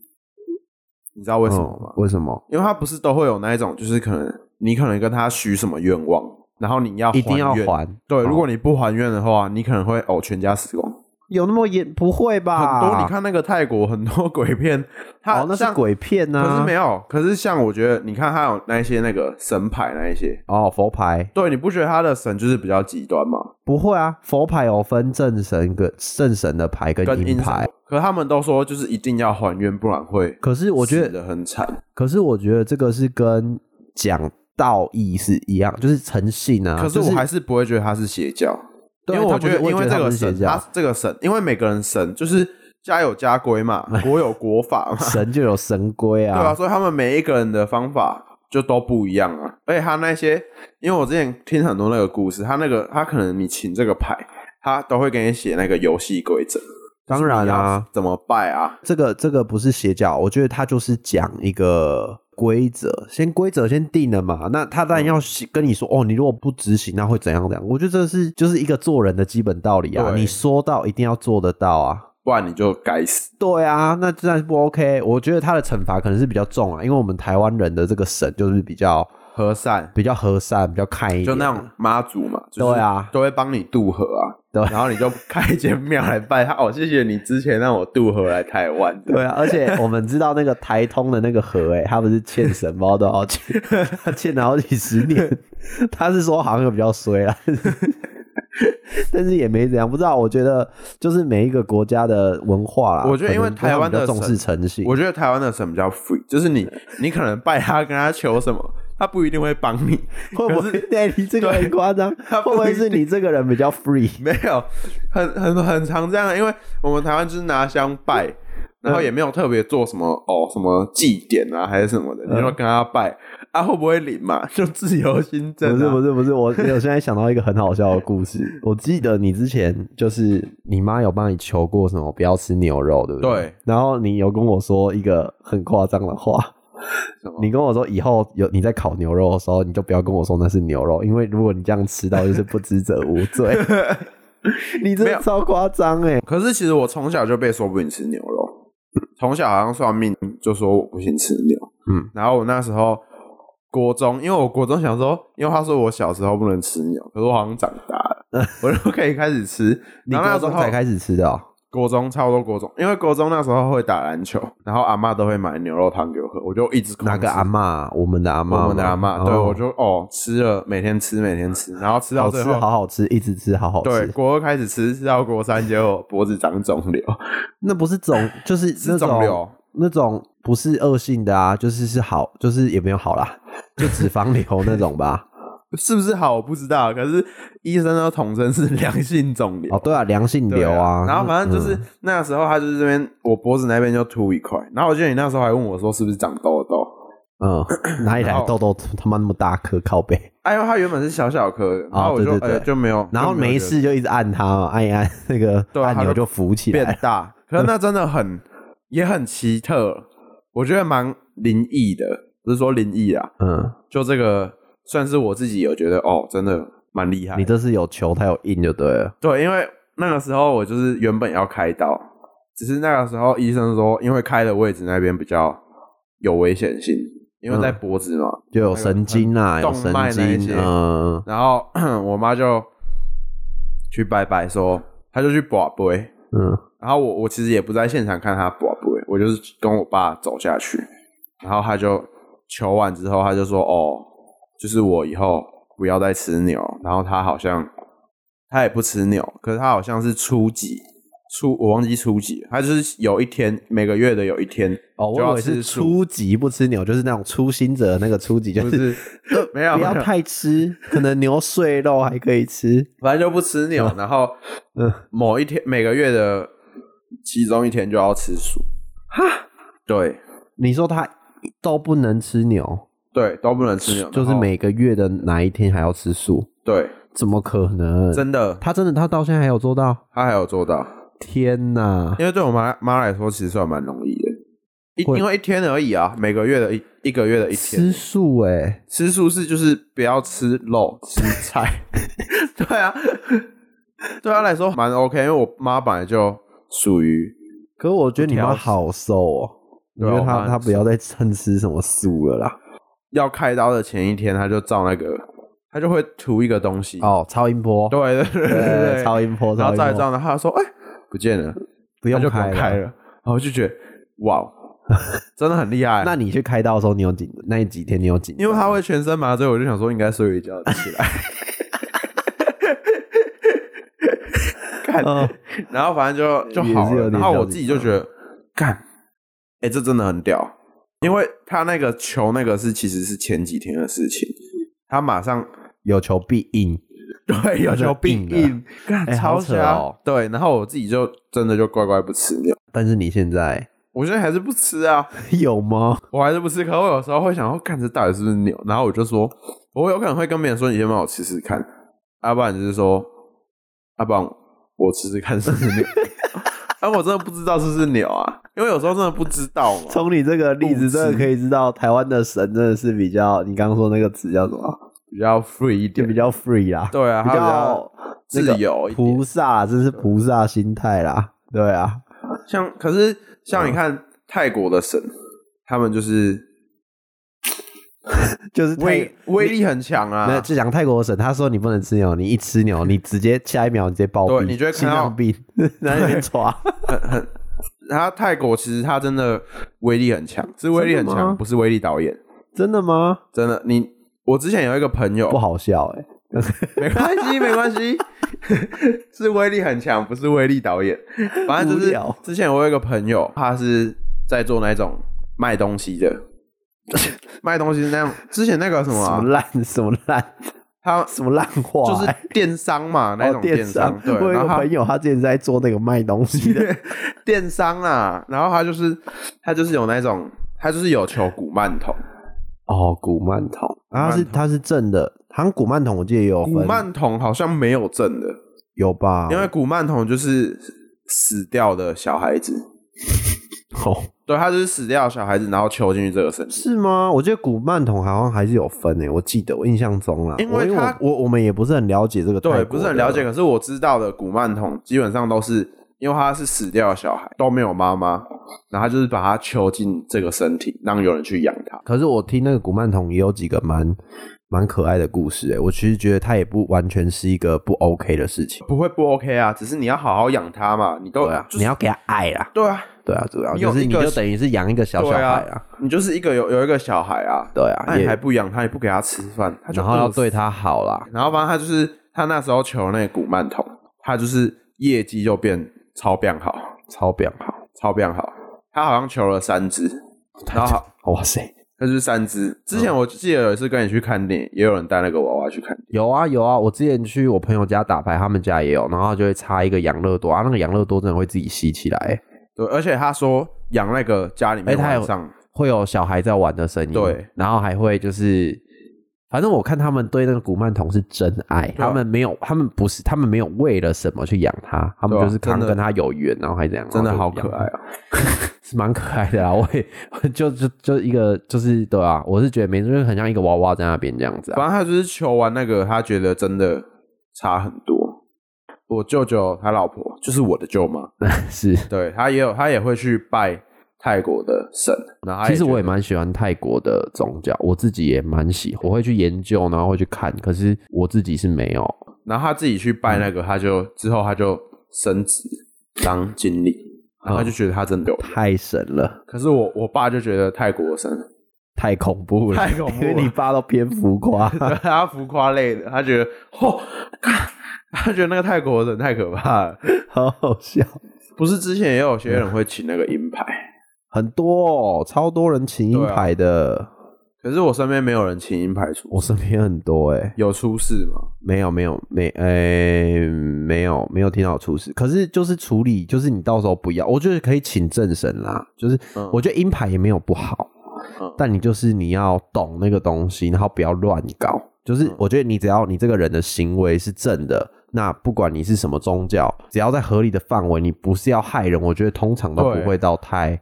[SPEAKER 2] 你知道为
[SPEAKER 1] 为
[SPEAKER 2] 什么吗？
[SPEAKER 1] 为什么？
[SPEAKER 2] 因为他不是都会有那一种，就是可能你可能跟他许什么愿望，然后你要
[SPEAKER 1] 一定要
[SPEAKER 2] 还愿。
[SPEAKER 1] 还？
[SPEAKER 2] 对，
[SPEAKER 1] 哦
[SPEAKER 2] 如果你不还愿的话，你可能会哦全家死光。
[SPEAKER 1] 有那么严？不会吧？
[SPEAKER 2] 很多你看那个泰国很多鬼片， 他
[SPEAKER 1] 啊哦，那是
[SPEAKER 2] 像
[SPEAKER 1] 鬼片呢、
[SPEAKER 2] 可是没
[SPEAKER 1] 有
[SPEAKER 2] 有，可是像我觉得，你看他有那一些那个神牌那一些，
[SPEAKER 1] 哦，佛牌
[SPEAKER 2] 对，你不觉得他的神就是比较极端吗？
[SPEAKER 1] 不会啊，佛牌有分正神跟正神的牌跟
[SPEAKER 2] 跟
[SPEAKER 1] 阴
[SPEAKER 2] 阴
[SPEAKER 1] 牌
[SPEAKER 2] 神。可他们都说就是一定要还愿，不然会
[SPEAKER 1] 可是我觉得啊
[SPEAKER 2] 死得很惨。
[SPEAKER 1] 可是我觉得这个是跟讲道义是一样，就是诚信啊。
[SPEAKER 2] 可是
[SPEAKER 1] 就
[SPEAKER 2] 我还是不会觉得他是邪教，因
[SPEAKER 1] 对
[SPEAKER 2] 为我
[SPEAKER 1] 他不
[SPEAKER 2] 觉
[SPEAKER 1] 是
[SPEAKER 2] 得
[SPEAKER 1] 我也
[SPEAKER 2] 因
[SPEAKER 1] 觉得
[SPEAKER 2] 为这
[SPEAKER 1] 他
[SPEAKER 2] 个
[SPEAKER 1] 不是邪
[SPEAKER 2] 神，
[SPEAKER 1] 教
[SPEAKER 2] 他这个神，因为每个人神就是家有家规嘛， 国有国法嘛，
[SPEAKER 1] 神就有神规
[SPEAKER 2] 对吧、
[SPEAKER 1] 啊，
[SPEAKER 2] 所以他们每一个人的方法就都不一样啊。而且他那些，因为我之前听很多那个故事，他那个他可能你请这个牌，他都会给你写那个游戏规则，
[SPEAKER 1] 当然啊，，
[SPEAKER 2] 怎么拜啊？
[SPEAKER 1] 这个这个不是邪教，我觉得他就是讲一个规则，先规则先定了嘛。那他当然要跟你
[SPEAKER 2] 嗯
[SPEAKER 1] 说，哦，你如果不执行，那会怎样怎样。我觉得这是就是一个做人的基本道理啊，
[SPEAKER 2] 对
[SPEAKER 1] 你说到一定要做得到啊。
[SPEAKER 2] 不然你就该死。
[SPEAKER 1] 对啊，那自然是不 OK。我觉得他的惩罚可能是比较重啊，因为我们台湾人的这个神就是比较
[SPEAKER 2] 和善
[SPEAKER 1] 比较和善、比较看一点，
[SPEAKER 2] 就那种妈祖嘛，就
[SPEAKER 1] 啊对
[SPEAKER 2] 是
[SPEAKER 1] 啊
[SPEAKER 2] 都会帮你渡河啊，
[SPEAKER 1] 对
[SPEAKER 2] 然后你就开一间庙来拜他。哦，谢谢你之前让我渡河来台湾，
[SPEAKER 1] 对啊，而且我们知道那个台通的那个河、欸，哎，他不是欠神猫多少 钱？他欠了好几十年。他是说好像有比较衰啦， 但是也没怎样。不知道，我觉得就是每一个国家的文化啦，
[SPEAKER 2] 我觉得因为
[SPEAKER 1] 可能他们
[SPEAKER 2] 台湾的
[SPEAKER 1] 比较重视
[SPEAKER 2] 神
[SPEAKER 1] 诚信，
[SPEAKER 2] 我觉得台湾的神比较 free，就是你你可能拜他跟他求什么，他不一定会帮你，
[SPEAKER 1] 会不
[SPEAKER 2] 可
[SPEAKER 1] 会
[SPEAKER 2] 是？
[SPEAKER 1] 对你这个很夸张，
[SPEAKER 2] 他
[SPEAKER 1] 会
[SPEAKER 2] 不
[SPEAKER 1] 不会
[SPEAKER 2] 一
[SPEAKER 1] 是你这个人比较 free？
[SPEAKER 2] 没有，很很很常这样，因为我们台湾就是拿香拜，
[SPEAKER 1] 嗯
[SPEAKER 2] 然后也没有特别做什么哦什么祭典啊还是什么的，你
[SPEAKER 1] 嗯
[SPEAKER 2] 就跟他拜，啊会不会领嘛？就自由心证、啊，
[SPEAKER 1] 不是不
[SPEAKER 2] 是，
[SPEAKER 1] 是不是，我我现在想到一个很好笑的故事。我记得你之前就是你妈有帮你求过什么不要吃牛肉，对不对？
[SPEAKER 2] 对。
[SPEAKER 1] 然后你有跟我说一个很夸张的话
[SPEAKER 2] 什么，
[SPEAKER 1] 你跟我说以后有你在烤牛肉的时候，你就不要跟我说那是牛肉，因为如果你这样吃到就是不知者无罪。你真
[SPEAKER 2] 没
[SPEAKER 1] 的
[SPEAKER 2] 有
[SPEAKER 1] 超夸张哎！
[SPEAKER 2] 可是其实我从小就被说不能吃牛肉，从小好像算命就说我不行吃牛，
[SPEAKER 1] 嗯，
[SPEAKER 2] 然后我那时候国中，因为我国中想说，因为他说我小时候不能吃牛，可是我好像长大了，我就可以开始吃。
[SPEAKER 1] 嗯你
[SPEAKER 2] 然后那
[SPEAKER 1] 高
[SPEAKER 2] 时候
[SPEAKER 1] 中才开始吃的、哦，
[SPEAKER 2] 国中差不多国中，因为国中那时候会打篮球，然后阿嬷都会买牛肉汤给我喝，我就一直狂
[SPEAKER 1] 哪个
[SPEAKER 2] 吃哦
[SPEAKER 1] 阿妈？我们的阿妈吗，
[SPEAKER 2] 我们的阿嬷，
[SPEAKER 1] 哦
[SPEAKER 2] 对我就哦吃了，每天吃每天吃，然后吃到
[SPEAKER 1] 好
[SPEAKER 2] 最
[SPEAKER 1] 吃，
[SPEAKER 2] 后
[SPEAKER 1] 好好吃，一直吃，好好吃。
[SPEAKER 2] 对国二开始吃，吃到国三，结果脖子长肿瘤，
[SPEAKER 1] 那不是肿，就是那
[SPEAKER 2] 是
[SPEAKER 1] 种
[SPEAKER 2] 肿瘤，
[SPEAKER 1] 那种不是恶性的啊，就是是好，就是也没有好啦，就脂肪瘤那种 吧。
[SPEAKER 2] 是不是好我不知道，可是医生都统称是良性肿瘤
[SPEAKER 1] 哦，。对啊，良性
[SPEAKER 2] 对
[SPEAKER 1] 瘤啊。
[SPEAKER 2] 然后反正就是、那时候他就是这边我脖子那边就凸一块，然后我记得你那时候还问我说是不是长痘痘，
[SPEAKER 1] 嗯，嗯哪里来
[SPEAKER 2] 然
[SPEAKER 1] 的
[SPEAKER 2] 后
[SPEAKER 1] 痘痘他妈那么大颗靠背？
[SPEAKER 2] 哎呦它原本是小小颗，然后我就
[SPEAKER 1] 哦对对对
[SPEAKER 2] 哎就没有，
[SPEAKER 1] 然后
[SPEAKER 2] 就有
[SPEAKER 1] 没
[SPEAKER 2] 觉得
[SPEAKER 1] 事就一直按它嘛，按一按那个
[SPEAKER 2] 对啊
[SPEAKER 1] 按
[SPEAKER 2] 它
[SPEAKER 1] 钮
[SPEAKER 2] 就
[SPEAKER 1] 就浮起来
[SPEAKER 2] 变
[SPEAKER 1] 了。
[SPEAKER 2] 大，可是那真的很也很奇特，我觉得蛮灵异的，不是说灵异啊，
[SPEAKER 1] 嗯，
[SPEAKER 2] 就这个算是我自己有觉得哦，真的蛮厉害
[SPEAKER 1] 你
[SPEAKER 2] 的。
[SPEAKER 1] 这是有球，它有印就对了。
[SPEAKER 2] 对，因为那个时候我就是原本要开刀，只是那个时候医生说，因为开的位置那边比较有危险性，因为在
[SPEAKER 1] 嗯
[SPEAKER 2] 脖子嘛，
[SPEAKER 1] 就有神经啊，
[SPEAKER 2] 那
[SPEAKER 1] 有
[SPEAKER 2] 个
[SPEAKER 1] 神
[SPEAKER 2] 动脉那一
[SPEAKER 1] 经，
[SPEAKER 2] 些
[SPEAKER 1] 嗯，
[SPEAKER 2] 然后 我妈就去拜拜说，她就去卜杯。
[SPEAKER 1] 嗯，
[SPEAKER 2] 然后我我其实也不在现场看他卜卜，我就是跟我爸走下去，然后他就求完之后，他就说哦，就是我以后不要再吃牛。然后他好像他也不吃牛，可是他好像是初几初我忘记初几，他就是有一天每个月的有一天
[SPEAKER 1] 哦，
[SPEAKER 2] 就
[SPEAKER 1] 我以
[SPEAKER 2] 要
[SPEAKER 1] 为
[SPEAKER 2] 吃
[SPEAKER 1] 是初级不吃牛，就是那种初心者的那个初级，就
[SPEAKER 2] 不是没有
[SPEAKER 1] 不要
[SPEAKER 2] 没有
[SPEAKER 1] 太吃，可能牛碎肉还可以吃。
[SPEAKER 2] 反正就不吃牛，然后
[SPEAKER 1] 嗯
[SPEAKER 2] 某一天每个月的其中一天就要吃素，哈，对
[SPEAKER 1] 你说他都不能吃牛，
[SPEAKER 2] 对都不能吃牛，哦
[SPEAKER 1] 就是
[SPEAKER 2] 然后
[SPEAKER 1] 每个月的哪一天还要吃素？
[SPEAKER 2] 对
[SPEAKER 1] 怎么可能？
[SPEAKER 2] 真的
[SPEAKER 1] 他真的他到现在还有做到？
[SPEAKER 2] 他还有做到，
[SPEAKER 1] 天哪！
[SPEAKER 2] 因为对我妈妈来说，其实算蛮容易的，一
[SPEAKER 1] 会
[SPEAKER 2] 因为一天而已啊，每个月的一一个月的一
[SPEAKER 1] 吃
[SPEAKER 2] 天，
[SPEAKER 1] 素哎、
[SPEAKER 2] 吃素是就是不要吃肉吃 菜，对啊，对她来说蛮 OK，因为我妈本来就属于
[SPEAKER 1] 可我觉得你
[SPEAKER 2] 不
[SPEAKER 1] 妈
[SPEAKER 2] 挑食
[SPEAKER 1] 好瘦哦、我
[SPEAKER 2] 对啊
[SPEAKER 1] 觉得
[SPEAKER 2] 我妈
[SPEAKER 1] 她
[SPEAKER 2] 很
[SPEAKER 1] 她不要再蹭吃什么素了啦。
[SPEAKER 2] 要开刀的前一天，她就照那个，她就会涂一个东西，
[SPEAKER 1] 哦，超音波，
[SPEAKER 2] 嗯对对对对对
[SPEAKER 1] 呃
[SPEAKER 2] 对，
[SPEAKER 1] 超音波，
[SPEAKER 2] 然
[SPEAKER 1] 超
[SPEAKER 2] 后
[SPEAKER 1] 音
[SPEAKER 2] 照一
[SPEAKER 1] 波，
[SPEAKER 2] 照，然后她说哎、不见了，
[SPEAKER 1] 不
[SPEAKER 2] 她
[SPEAKER 1] 用
[SPEAKER 2] 就不
[SPEAKER 1] 开
[SPEAKER 2] 用开
[SPEAKER 1] 了。
[SPEAKER 2] 了，然后我就觉得 哇，哦真的很厉害，啊
[SPEAKER 1] 那你去开刀的时候，你有紧？那几天你有紧？
[SPEAKER 2] 因为他会全身麻醉，我就想说应该睡一觉起来。 看，
[SPEAKER 1] 嗯，
[SPEAKER 2] 然后反正就就好
[SPEAKER 1] 也是有
[SPEAKER 2] 了。
[SPEAKER 1] 点
[SPEAKER 2] 然后
[SPEAKER 1] 着
[SPEAKER 2] 我
[SPEAKER 1] 急
[SPEAKER 2] 自己就觉得，干，哎、这真的很屌，因为他那个球那个是其实是前几天的事情，他马 上
[SPEAKER 1] 有求必应。
[SPEAKER 2] 对有球必
[SPEAKER 1] 硬了
[SPEAKER 2] 应，干
[SPEAKER 1] 哎
[SPEAKER 2] 超
[SPEAKER 1] 好扯
[SPEAKER 2] 瞎、
[SPEAKER 1] 哦
[SPEAKER 2] 对，然后我自己就真的就乖乖不吃牛，
[SPEAKER 1] 但是你现在
[SPEAKER 2] 我现在还是不吃啊，
[SPEAKER 1] 有吗？
[SPEAKER 2] 我还是不吃。可我有时候会想说，看这到底是不是牛？然后我就说，我有可能会跟别人说，你先帮我吃吃看，要、不然就是说，要、不然我吃吃看是不是牛。 啊，我真的不知道是不是牛啊，因为有时候真的不知道嘛。
[SPEAKER 1] 从你这个例子，真的可以知道台湾的神真的是比较，你刚刚说那个词叫什么？
[SPEAKER 2] 比较 free 一
[SPEAKER 1] 就
[SPEAKER 2] 点，
[SPEAKER 1] 比较 free 啦，
[SPEAKER 2] 对啊，
[SPEAKER 1] 比
[SPEAKER 2] 它
[SPEAKER 1] 较
[SPEAKER 2] 比较自由一点。
[SPEAKER 1] 菩萨，这是菩萨心态啦，对啊，
[SPEAKER 2] 像可是
[SPEAKER 1] 嗯
[SPEAKER 2] 像你看泰国的神，他们就是
[SPEAKER 1] 就是
[SPEAKER 2] 威威力很强
[SPEAKER 1] 那
[SPEAKER 2] 啊。
[SPEAKER 1] 就讲泰国神，他说你不能吃牛，你一吃牛，你直接下一秒你直接暴毙，
[SPEAKER 2] 对你就会
[SPEAKER 1] 心
[SPEAKER 2] 看到
[SPEAKER 1] 脏病， 在那边 抓。
[SPEAKER 2] 他泰国其实他真的威力很强，是威力很
[SPEAKER 1] 真的吗
[SPEAKER 2] 强，不是威力导演。
[SPEAKER 1] 真的吗？
[SPEAKER 2] 真的，你我之前有一个朋友
[SPEAKER 1] 不，好笑哎、
[SPEAKER 2] 没关系，没关系， 是威力很强，不是威力导演。反正就
[SPEAKER 1] 无
[SPEAKER 2] 是
[SPEAKER 1] 聊
[SPEAKER 2] 之前我有一个朋友，他是在做那种卖东西 的，卖东西是那样。之前那个什么啊、
[SPEAKER 1] 什么烂什么烂
[SPEAKER 2] 他
[SPEAKER 1] 什么烂话、
[SPEAKER 2] 就是
[SPEAKER 1] 哎
[SPEAKER 2] 电商嘛，那
[SPEAKER 1] 哦
[SPEAKER 2] 种
[SPEAKER 1] 电
[SPEAKER 2] 商。对，
[SPEAKER 1] 我有一个
[SPEAKER 2] 然后他
[SPEAKER 1] 朋友，他之前在做那个卖东西 的，
[SPEAKER 2] 电商啊，然后他就是他就是有那种，他就是有求古曼童，
[SPEAKER 1] 哦，古曼童，啊，他是
[SPEAKER 2] 古曼童
[SPEAKER 1] 他是正的，好像古曼童我记得也有
[SPEAKER 2] 古
[SPEAKER 1] 分，
[SPEAKER 2] 曼童好像没有证的，
[SPEAKER 1] 有吧？
[SPEAKER 2] 因为古曼童就是死掉的小孩子。
[SPEAKER 1] 哦，
[SPEAKER 2] 对，他就是死掉的小孩子，然后囚进去这个身体。
[SPEAKER 1] 是吗？我觉得古曼童好像还是有分欸诶，我记得我印象中啦，
[SPEAKER 2] 因为
[SPEAKER 1] 我因为
[SPEAKER 2] 他
[SPEAKER 1] 我我我们也不是很了解这个，
[SPEAKER 2] 对，不是很了解。。可是我知道的古曼童基本上都是因为他是死掉的小孩，都没有妈妈，然后他就是把他囚进这个身体，让有人去养他。
[SPEAKER 1] 可是我听那个古曼童也有几个蛮蛮可爱的故事欸诶，我其实觉得他也不完全是一个不 OK 的事情，
[SPEAKER 2] 不会不 OK 啊，只是你要好好养他嘛，你都
[SPEAKER 1] 对啊，
[SPEAKER 2] 就是
[SPEAKER 1] 你要给他爱啦，
[SPEAKER 2] 对啊，
[SPEAKER 1] 对啊，主要
[SPEAKER 2] 你
[SPEAKER 1] 就
[SPEAKER 2] 有
[SPEAKER 1] 是
[SPEAKER 2] 一
[SPEAKER 1] 你
[SPEAKER 2] 个
[SPEAKER 1] 就等于是养一个小小孩
[SPEAKER 2] 对
[SPEAKER 1] 啊
[SPEAKER 2] 啊，你就是一个有有一个小孩啊，
[SPEAKER 1] 对啊
[SPEAKER 2] 那你
[SPEAKER 1] 也
[SPEAKER 2] 还不养他，也不给他吃饭，他就
[SPEAKER 1] 然后要
[SPEAKER 2] 饿死
[SPEAKER 1] 对，他好啦，
[SPEAKER 2] 然后反正他就是他那时候求那个古曼童，他就是业绩就变超变好，
[SPEAKER 1] 超表好，
[SPEAKER 2] 超变好，他好像求了三只，然后好
[SPEAKER 1] 哇塞，
[SPEAKER 2] 那就是三只。之
[SPEAKER 1] 嗯
[SPEAKER 2] 前我记得有一次跟你去看电影，也有人带那个娃娃去看电
[SPEAKER 1] 有啊有啊，我之前去我朋友家打牌，他们家也有，然后就会插一个养乐多啊，那个养乐多真的会自己吸起来、欸
[SPEAKER 2] 影，对，而且他说养那个家里
[SPEAKER 1] 哎
[SPEAKER 2] 面
[SPEAKER 1] 他有
[SPEAKER 2] 晚上，
[SPEAKER 1] 会有小孩在玩的声音，
[SPEAKER 2] 对，
[SPEAKER 1] 然后还会就是，反正我看他们对那个古曼童是真爱，
[SPEAKER 2] 啊
[SPEAKER 1] 他们没有，他们不是，他们没有为了什么去养它，他们
[SPEAKER 2] 对啊
[SPEAKER 1] 就是可能
[SPEAKER 2] 真的
[SPEAKER 1] 跟他有缘，然后还这样，
[SPEAKER 2] 真的
[SPEAKER 1] 然后
[SPEAKER 2] 好
[SPEAKER 1] 就
[SPEAKER 2] 可
[SPEAKER 1] 养
[SPEAKER 2] 爱，啊！
[SPEAKER 1] 是蛮可爱的啦，我也 就就就一个就是对啊，我是觉得没就是很像一个娃娃在那边这样子啊，
[SPEAKER 2] 反正他就是求完那个，他觉得真的差很多。我舅舅他老婆就是我的舅妈，
[SPEAKER 1] 是，
[SPEAKER 2] 对他也有，他也会去拜泰国的神。然后他
[SPEAKER 1] 其实我也
[SPEAKER 2] 觉得
[SPEAKER 1] 蛮喜欢泰国的宗教，我自己也蛮喜，我会去研究，然后会去看。可是我自己是没有，
[SPEAKER 2] 然后他自己去拜
[SPEAKER 1] 嗯
[SPEAKER 2] 那个，他就之后他就升职当经理，然后他就觉得他真的有。
[SPEAKER 1] 太神了，
[SPEAKER 2] 可是我我爸就觉得泰国的神，
[SPEAKER 1] 太恐怖了，
[SPEAKER 2] 太恐怖了
[SPEAKER 1] 因为你爸都偏浮 夸，
[SPEAKER 2] 他浮夸类的，他觉得嚯、干他觉得那个泰国的神太可怕了。
[SPEAKER 1] 好好笑。
[SPEAKER 2] 不是之前也有些人会请那个银牌，
[SPEAKER 1] 很多、哦，超多人请鹰牌的，
[SPEAKER 2] 可是我身边没有人请银牌出
[SPEAKER 1] 我身边很多哎、
[SPEAKER 2] 有出事吗？
[SPEAKER 1] 没有没有没诶、没有没有听到出事，可是就是处理，就是你到时候不要，我觉得可以请正神啦，就是、
[SPEAKER 2] 嗯
[SPEAKER 1] 我觉得鹰牌也没有不好，
[SPEAKER 2] 嗯
[SPEAKER 1] 但你就是你要懂那个东西，然后不要乱搞，
[SPEAKER 2] 嗯
[SPEAKER 1] 就是我觉得你只要你这个人的行为是正的。那不管你是什么宗教，只要在合理的范围，你不是要害人，我觉得通常都
[SPEAKER 2] 对
[SPEAKER 1] 不会到太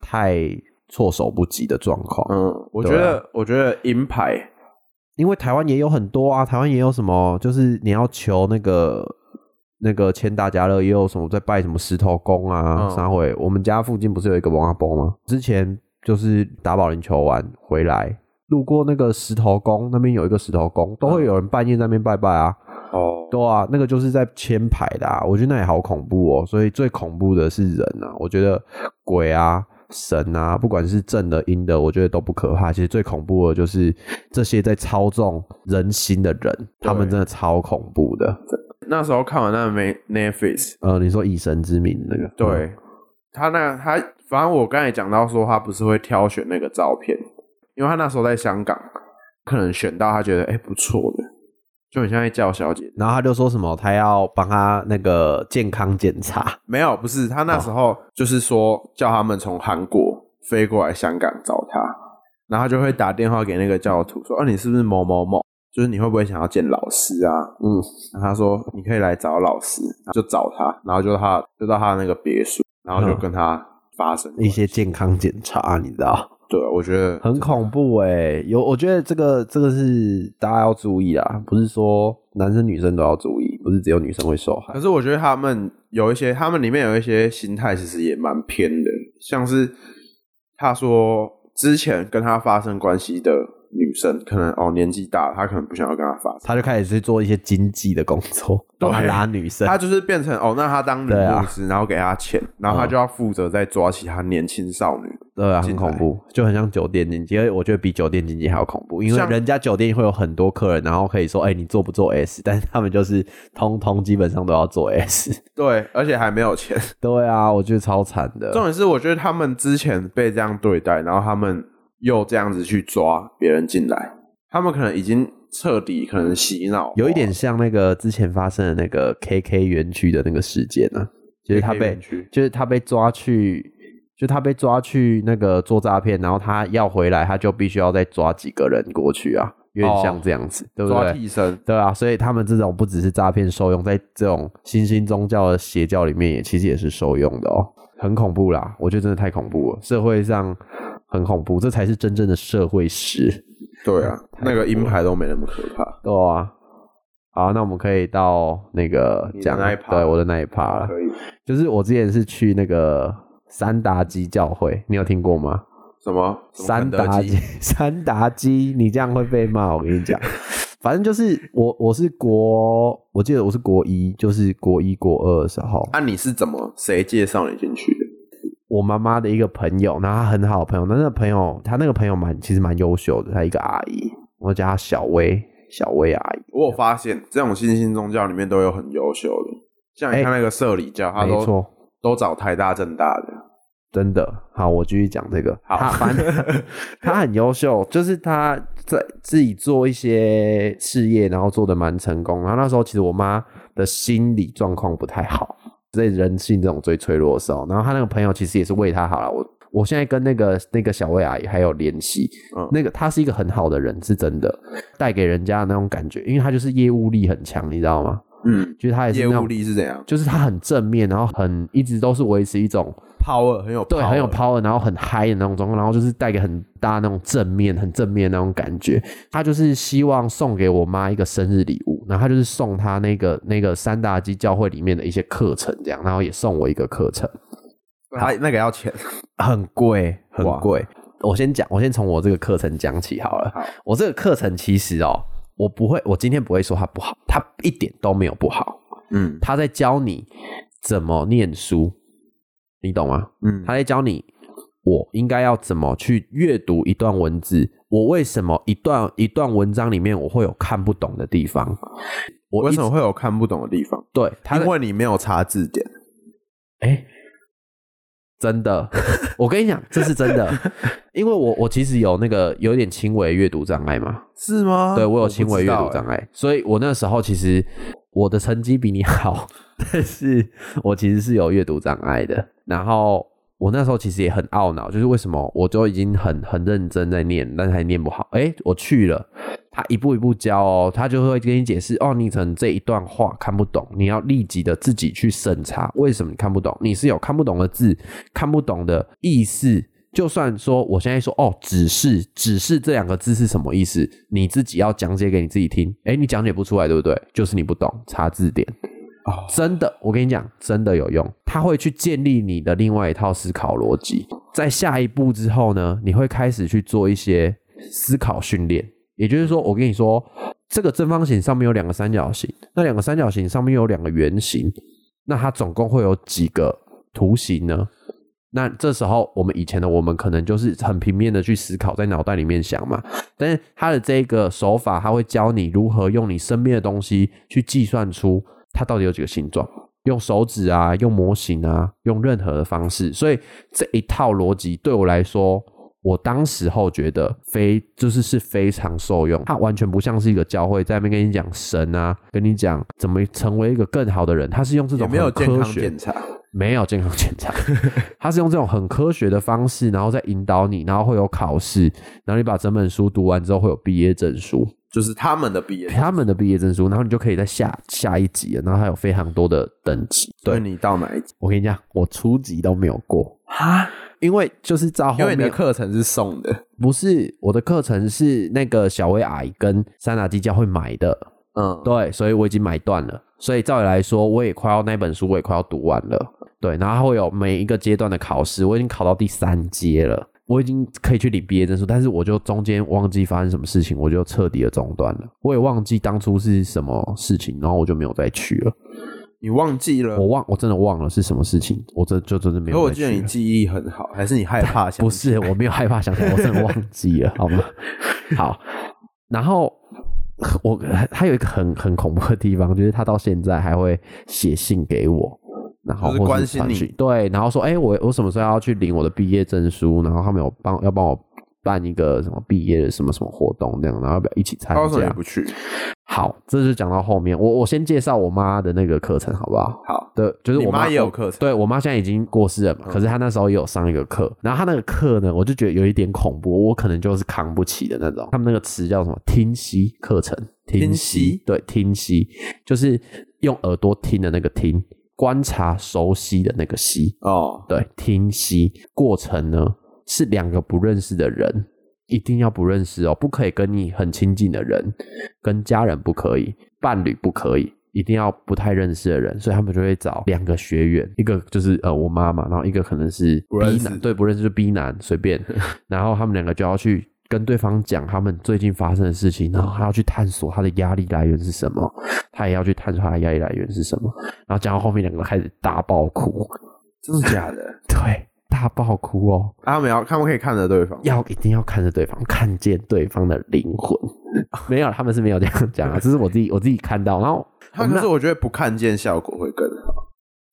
[SPEAKER 1] 太措手不及的状况。
[SPEAKER 2] 嗯，我觉
[SPEAKER 1] 对啊
[SPEAKER 2] 得，我觉得银牌
[SPEAKER 1] 因为台湾也有很多啊，台湾也有什么，就是你要求那个那个签大家乐，也有什么在拜什么石头公啊，
[SPEAKER 2] 嗯
[SPEAKER 1] 啥、会。我们家附近不是有一个王阿波吗？之前就是打保龄球完回来，路过那个石头公那边有一个石头公，都会有人半夜在那边拜拜啊。
[SPEAKER 2] 哦，
[SPEAKER 1] 对啊，那个就是在签牌的啊，我觉得那也好恐怖哦。所以最恐怖的是人啊，我觉得鬼啊、神啊，不管是正的、阴的，我觉得都不可怕。其实最恐怖的就是这些在操纵人心的人，他们真的超恐怖的。
[SPEAKER 2] 那时候看完那没 Netflix，
[SPEAKER 1] 呃，你说以神之名那个，
[SPEAKER 2] 对、
[SPEAKER 1] 嗯
[SPEAKER 2] 他那他，反正我刚才讲到说他不是会挑选那个照片，因为他那时候在香港，可能选到他觉得哎、不错的，就很像在叫小姐。
[SPEAKER 1] 然后他就说什么，他要帮他那个健康检查，
[SPEAKER 2] 没有，不是他那时候就是说叫他们从韩国飞过来香港找他，然后他就会打电话给那个教徒说：“哦、你是不是某某某？就是你会不会想要见老师啊？”
[SPEAKER 1] 嗯，
[SPEAKER 2] 然后他说：“你可以来找老师。”就找他，然后就他就到他那个别墅，然后就跟他发生
[SPEAKER 1] 嗯
[SPEAKER 2] 关
[SPEAKER 1] 一些
[SPEAKER 2] 系
[SPEAKER 1] 健康检查，啊你知道。
[SPEAKER 2] 对，啊我觉得
[SPEAKER 1] 欸很恐怖哎、有我觉得这个这个是大家要注意啦，不是说男生女生都要注意，不是只有女生会受害
[SPEAKER 2] 可。是我觉得他们有一些，他们里面有一些心态其实也蛮偏的，像是他说之前跟他发生关系的女生，可能哦年纪大了，他可能不想要跟他发生，
[SPEAKER 1] 他就开始去做一些经济的工作，
[SPEAKER 2] 对
[SPEAKER 1] 帮他拉女生。
[SPEAKER 2] 他就是变成哦，那他当女
[SPEAKER 1] 对啊
[SPEAKER 2] 牧师，然后给他钱，然后他就要负责再抓起他年轻少女。
[SPEAKER 1] 对啊，很
[SPEAKER 2] 进
[SPEAKER 1] 恐
[SPEAKER 2] 来
[SPEAKER 1] 怖，就很像酒店经济，而且我觉得比酒店经济还要恐怖，因为
[SPEAKER 2] 像
[SPEAKER 1] 人家酒店会有很多客人，然后可以说，哎、你做不做 S？但是他们就是通通基本上都要做 S。
[SPEAKER 2] 对，而且还没有钱。
[SPEAKER 1] 对啊，我觉得超惨的。
[SPEAKER 2] 重点是，我觉得他们之前被这样对待，然后他们又这样子去抓别人进来，他们可能已经彻底可能洗脑哦化，
[SPEAKER 1] 有一点像那个之前发生的那个 KK 园区的那个事件啊，就是他
[SPEAKER 2] 黑
[SPEAKER 1] 被
[SPEAKER 2] 人区
[SPEAKER 1] 就是他被抓去，就他被抓去那个做诈骗，然后他要回来，他就必须要再抓几个人过去啊，有点像这样子，对不
[SPEAKER 2] 哦抓
[SPEAKER 1] 对？
[SPEAKER 2] 替身，
[SPEAKER 1] 对啊，所以他们这种不只是诈骗受用，在这种新兴宗教的邪教里面也，其实也是受用的哦，很恐怖啦！我觉得真的太恐怖了，社会上很恐怖，这才是真正的社会史。
[SPEAKER 2] 对啊，那个鹰牌都没那么可怕。
[SPEAKER 1] 对啊，好，那我们可以到那个
[SPEAKER 2] 你的
[SPEAKER 1] 讲
[SPEAKER 2] 那一趴
[SPEAKER 1] 对我的那一趴了，
[SPEAKER 2] 以，
[SPEAKER 1] 就是我之前是去那个三达基教会，你有听过吗？
[SPEAKER 2] 什么
[SPEAKER 1] 三达基， 三达基，你这样会被骂，我跟你讲。 反正就是我，我是国，我记得我是国一，就是国一国二的时候，
[SPEAKER 2] 那、啊、你是怎么谁介绍你进去的？
[SPEAKER 1] 我妈妈的一个朋友，然后她很好的朋友，那那个朋友，她那个朋友蛮其实蛮优秀的，她一个阿姨，我叫她小薇，小薇阿姨，
[SPEAKER 2] 我有发现，这种新兴宗教里面都有很优秀的，像你看那个社里教，他
[SPEAKER 1] 哎没
[SPEAKER 2] 都
[SPEAKER 1] 错，
[SPEAKER 2] 都找台大、政大的。
[SPEAKER 1] 真的好，我继续讲这个。
[SPEAKER 2] 好
[SPEAKER 1] 他反正他很优秀，就是他在自己做一些事业，然后做的蛮成功。然后那时候其实我妈的心理状况不太好，在人性这种最脆弱的时候，然后他那个朋友其实也是为他好了。我我现在跟那个那个小魏阿姨还有联系，
[SPEAKER 2] 嗯
[SPEAKER 1] 那个他是一个很好的人，是真的带给人家的那种感觉，因为他就是业务力很强，你知道吗？
[SPEAKER 2] 嗯，
[SPEAKER 1] 就是他也是
[SPEAKER 2] 业
[SPEAKER 1] 那
[SPEAKER 2] 务
[SPEAKER 1] 种。
[SPEAKER 2] 力是怎样
[SPEAKER 1] 就是他很正面，然后很一直都是维持一种
[SPEAKER 2] ？power 很有
[SPEAKER 1] 对，很有
[SPEAKER 2] power
[SPEAKER 1] power，然后很嗨的那种状况，然后就是带给很大那种正面、很正面的那种感觉。他就是希望送给我妈一个生日礼物，然后他就是送她那个那个三大基教会里面的一些课程，这样，然后也送我一个课程，
[SPEAKER 2] 他那个要钱。
[SPEAKER 1] 很贵，很
[SPEAKER 2] 哇
[SPEAKER 1] 贵。我先讲，我先从我这个课程讲起好了。
[SPEAKER 2] 好
[SPEAKER 1] 我这个课程其实哦，我不会，我今天不会说它不好，它一点都没有不好，
[SPEAKER 2] 嗯
[SPEAKER 1] 他在教你怎么念书，你懂吗？
[SPEAKER 2] 嗯
[SPEAKER 1] 他在教你我应该要怎么去阅读一段文字，我为什么一段一段文章里面我会有看不懂的地方，我
[SPEAKER 2] 为
[SPEAKER 1] 一
[SPEAKER 2] 什么会有看不懂的地方？
[SPEAKER 1] 对他
[SPEAKER 2] 因
[SPEAKER 1] 在
[SPEAKER 2] 为你没有查字典。
[SPEAKER 1] 哎、真的，我跟你讲，这是真的， 因为我我其实有那个有点轻微阅读障碍嘛，
[SPEAKER 2] 是吗？
[SPEAKER 1] 对我有轻微阅读障
[SPEAKER 2] 碍。
[SPEAKER 1] 碍，所以我那时候其实我的成绩比你好， 但是我其实是有阅读障碍的。然后我那时候其实也很懊恼，就是为什么我都已经很很认真在念，但是还念不好。诶，我去了，他一步一步教哦，他就会跟你解释哦，你可能这一段话看不懂，你要立即的自己去审查为什么你看不懂，你是有看不懂的字，看不懂的意思。就算说我现在说哦，只是只是这两个字是什么意思，你自己要讲解给你自己 听。诶，哎你讲解不出来，对不对？就是你不懂，查字典。
[SPEAKER 2] 哦
[SPEAKER 1] 真的，我跟你讲，真的有用。它会去建立你的另外一套思考逻辑。在下一步之后呢，你会开始去做一些思考训练。也就是说，我跟你说，这个正方形上面有两个三角形，那两个三角形上面有两个圆形，那它总共会有几个图形呢？那这时候，我们以前的我们可能就是很平面的去思考，在脑袋里面想嘛。但是他的这个手法，他会教你如何用你身边的东西去计算出它到底有几个形状，用手指啊，用模型啊，用任何的方式。所以这一套逻辑对我来说，我当时候觉得非就是是非常受用，它完全不像是一个教会在那边跟你讲神啊，跟你讲怎么成为一个更好的人，他是用这
[SPEAKER 2] 也
[SPEAKER 1] 种
[SPEAKER 2] 没有
[SPEAKER 1] 很
[SPEAKER 2] 健
[SPEAKER 1] 科
[SPEAKER 2] 康
[SPEAKER 1] 学
[SPEAKER 2] 检查，
[SPEAKER 1] 没有健康检 查，他是用这种很科学的方式，然后再引导你，然后会有考试，然后你把整本书读完之后会有毕业证书，
[SPEAKER 2] 就是他们的毕业，
[SPEAKER 1] 他们的毕业证书，然后你就可以在下下一级了，然后还有非常多的等级。
[SPEAKER 2] 所以
[SPEAKER 1] 对
[SPEAKER 2] 你到哪一级？
[SPEAKER 1] 我跟你讲，我初级都没有过，
[SPEAKER 2] 哈，
[SPEAKER 1] 因为就是照
[SPEAKER 2] 因
[SPEAKER 1] 后
[SPEAKER 2] 为你的
[SPEAKER 1] 面
[SPEAKER 2] 课程是送的，
[SPEAKER 1] 不是我的课程是那个小薇阿姨跟三打基教会买的，
[SPEAKER 2] 嗯，
[SPEAKER 1] 对，所以我已经买断了。所以照理来说，我也快要那本书，我也快要读完了。对，然后它会有每一个阶段的考试，我已经考到第三阶了，我已经可以去领毕业证书，但是我就中间忘记发生什么事情，我就彻底的中断了。我也忘记当初是什么事情，然后我就没有再去了。
[SPEAKER 2] 你忘记了
[SPEAKER 1] 我？忘，我真的忘了是什么事情，我这就真的没
[SPEAKER 2] 嗯可
[SPEAKER 1] 有
[SPEAKER 2] 我
[SPEAKER 1] 再去
[SPEAKER 2] 记
[SPEAKER 1] 了。
[SPEAKER 2] 得你记忆很好，还是你害怕想？
[SPEAKER 1] 不，是，我没有害怕想起来，我真的忘记了，好 吗？好，然后我他有一个很很恐怖的地方，就是他到现在还会写信给我，然后
[SPEAKER 2] 就是
[SPEAKER 1] 或
[SPEAKER 2] 关
[SPEAKER 1] 是
[SPEAKER 2] 心
[SPEAKER 1] 传
[SPEAKER 2] 你
[SPEAKER 1] 讯，对，然后说，哎、我我什么时候要去领我的毕业证书？然后他们有帮要帮我办一个什么毕业的什么什么活动这样，然后要不要一起参
[SPEAKER 2] 他为什么也
[SPEAKER 1] 加？
[SPEAKER 2] 不去？
[SPEAKER 1] 好，这就讲到后面，我我先介绍我妈的那个课程好不好？
[SPEAKER 2] 好，
[SPEAKER 1] 对，就是
[SPEAKER 2] 你
[SPEAKER 1] 我
[SPEAKER 2] 妈也有
[SPEAKER 1] 我
[SPEAKER 2] 课程嗯
[SPEAKER 1] 对我妈现在已经过世了嘛，可是她那时候也有上一个课，然后她那个课呢，我就觉得有一点恐怖，我可能就是扛不起的那种。他们那个词叫什么？听析课程，
[SPEAKER 2] 听
[SPEAKER 1] 析
[SPEAKER 2] 析，
[SPEAKER 1] 对，听析就是用耳朵听的那个听，观察熟悉的那个析，
[SPEAKER 2] 哦，
[SPEAKER 1] 对，听析过程呢是两个不认识的人，一定要不认识哦，不可以跟你很亲近的人，跟家人不可以，伴侣不可以，一定要不太认识的人，所以他们就会找两个学员，一个就是呃我妈妈，然后一个可能是 B
[SPEAKER 2] 不认识
[SPEAKER 1] 男，对，不认识就 B 男随 便，然后他们两个就要去。跟对方讲他们最近发生的事情，然后他要去探索他的压力来源是什么，他也要去探索他的压力来源是什么。然后讲到后面，两个开始大爆哭，
[SPEAKER 2] 真的假的？
[SPEAKER 1] 对，大爆哭哦，
[SPEAKER 2] 啊他们要他们可以看着对方，
[SPEAKER 1] 要一定要看着对方，看见对方的灵魂。 没有，他们是没有这样讲啊，只是我自己我自己看到，然后
[SPEAKER 2] 他可是我觉得不看见效果会更好。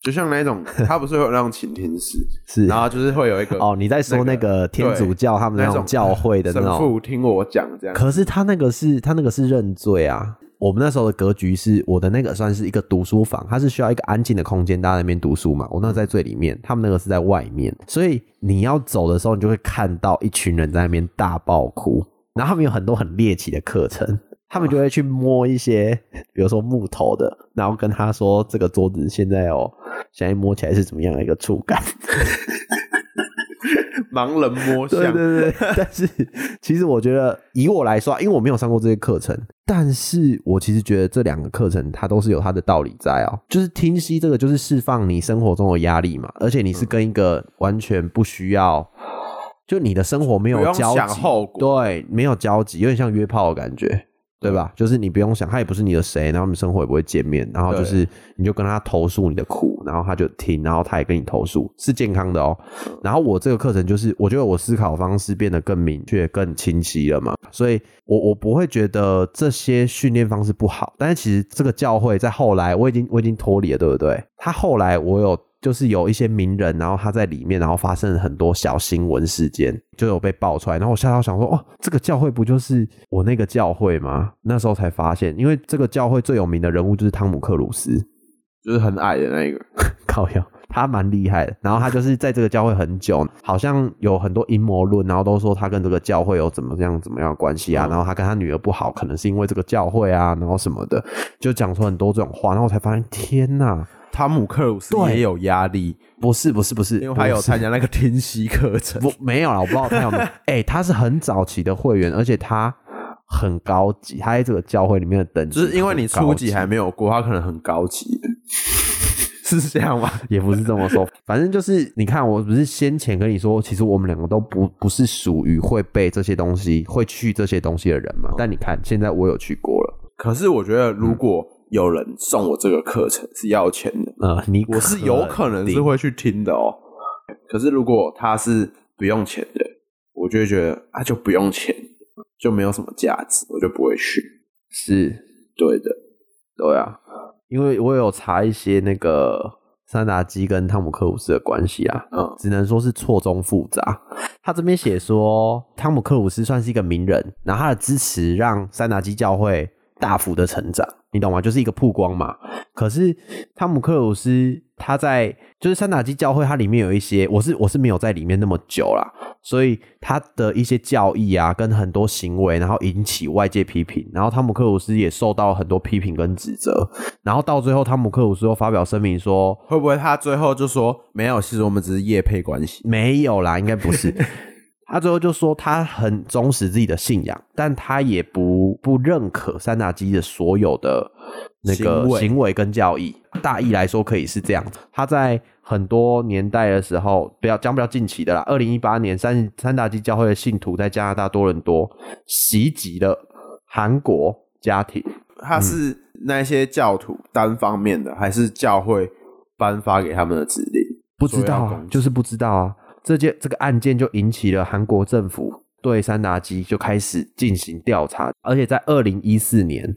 [SPEAKER 2] 就像那 种，他不是会有那种倾听室，
[SPEAKER 1] 是
[SPEAKER 2] 然后就是会有一个
[SPEAKER 1] 哦，你在说那个天主教他们那种教会的那
[SPEAKER 2] 神
[SPEAKER 1] 种，
[SPEAKER 2] 父听我讲这样，
[SPEAKER 1] 可是他那个是他那个是认罪啊。我们那时候的格局是我的那个算是一个读书房，它是需要一个安静的空间，大家在那边读书嘛。我那个在最里面，他们那个是在外面，所以你要走的时候，你就会看到一群人在那边大爆哭，然后他们有很多很猎奇的课程。他们就会去摸一些，比如说木头的，然后跟他说这个桌子现在哦，现在摸起来是怎么样的一个触感，
[SPEAKER 2] 盲人摸象，
[SPEAKER 1] 对对对，但是其实我觉得，以我来说啊，因为我没有上过这些课程，但是我其实觉得这两个课程它都是有它的道理在哦。就是听析这个，就是释放你生活中的压力嘛，而且你是跟一个完全不需要，就你的生活没有
[SPEAKER 2] 不用
[SPEAKER 1] 交
[SPEAKER 2] 想
[SPEAKER 1] 集，
[SPEAKER 2] 后果，
[SPEAKER 1] 对，没有交集，有点像约炮的感觉。对吧？就是你不用想，他也不是你的谁，然后你们生活也不会见面，然后就
[SPEAKER 2] 对
[SPEAKER 1] 是你就跟他投诉你的苦，然后他就听，然后他也跟你投诉，是健康的哦。然后我这个课程就是，我觉得我思考方式变得更明确、更清晰了嘛，所以我我不会觉得这些训练方式不好。但是其实这个教会在后来，我已经我已经脱离了，对不对？他后来我有。就是有一些名人，然后他在里面，然后发生了很多小新闻事件，就有被爆出来。然后我吓到想说，哦，这个教会不就是我那个教会吗？那时候才发现，因为这个教会最有名的人物就是汤姆克鲁斯，
[SPEAKER 2] 就是很矮的那一个，
[SPEAKER 1] 靠腰，他蛮厉害的。然后他就是在这个教会很久，好像有很多阴谋论，然后都说他跟这个教会有怎么样怎么样的关系啊，
[SPEAKER 2] 嗯
[SPEAKER 1] 然后他跟他女儿不好，可能是因为这个教会啊，然后什么的，就讲出很多这种话。然后我才发现，天哪，
[SPEAKER 2] 汤姆克鲁斯
[SPEAKER 1] 对
[SPEAKER 2] 也有压力，
[SPEAKER 1] 不是不是不是，
[SPEAKER 2] 因为他有
[SPEAKER 1] 不是
[SPEAKER 2] 参加那个听析课程，
[SPEAKER 1] 不没有啦，我不知道他 有没有。哎、他是很早期的会员，而且他很高级，他在这个教会里面的等级
[SPEAKER 2] 就是因为你
[SPEAKER 1] 很高
[SPEAKER 2] 初级还没有过，他可能很高级， 是这样吗？
[SPEAKER 1] 也不是这么说，反正就是你看，我不是先前跟你说，其实我们两个都不不是属于会背这些东西、会去这些东西的人嘛。但你看，现在我有去过了，
[SPEAKER 2] 可是我觉得如果有人送我这个课程是要钱的，
[SPEAKER 1] 呃，你
[SPEAKER 2] 我是有可能是会去听的哦。可是如果他是不用钱的，我就会觉得啊，就不用钱，就没有什么价值，我就不会去。
[SPEAKER 1] 是
[SPEAKER 2] 对的，对啊，
[SPEAKER 1] 因为我有查一些那个三达基跟汤姆克鲁斯的关系啊，
[SPEAKER 2] 嗯，
[SPEAKER 1] 只能说是错综复杂。他这边写说，汤姆克鲁斯算是一个名人，然后他的支持让三达基教会大幅的成长，你懂吗？就是一个曝光嘛。可是汤姆克鲁斯他在就是三打基教会，它里面有一些，我是我是没有在里面那么久啦，所以他的一些教义啊，跟很多行为，然后引起外界批评，然后汤姆克鲁斯也受到很多批评跟指责，然后到最后汤姆克鲁斯又发表声明说，
[SPEAKER 2] 会不会他最后就说没有？其实我们只是业配关系，
[SPEAKER 1] 没有啦，应该不是。他最后就说他很忠实自己的信仰，但他也不不认可三打基的所有的那个
[SPEAKER 2] 行为
[SPEAKER 1] 行为跟教义。大意来说可以是这样，他在很多年代的时候，不要讲比较近期的啦，二零一八年三三打基教会的信徒在加拿大多伦多袭击了韩国家庭，
[SPEAKER 2] 他是那些教徒单方面的，还是教会颁发给他们的指令？
[SPEAKER 1] 不知道
[SPEAKER 2] 说要
[SPEAKER 1] 啊
[SPEAKER 2] 攻，击
[SPEAKER 1] 就是不知道啊。这件这个案件就引起了韩国政府对三达基就开始进行调查，而且在二零一四年，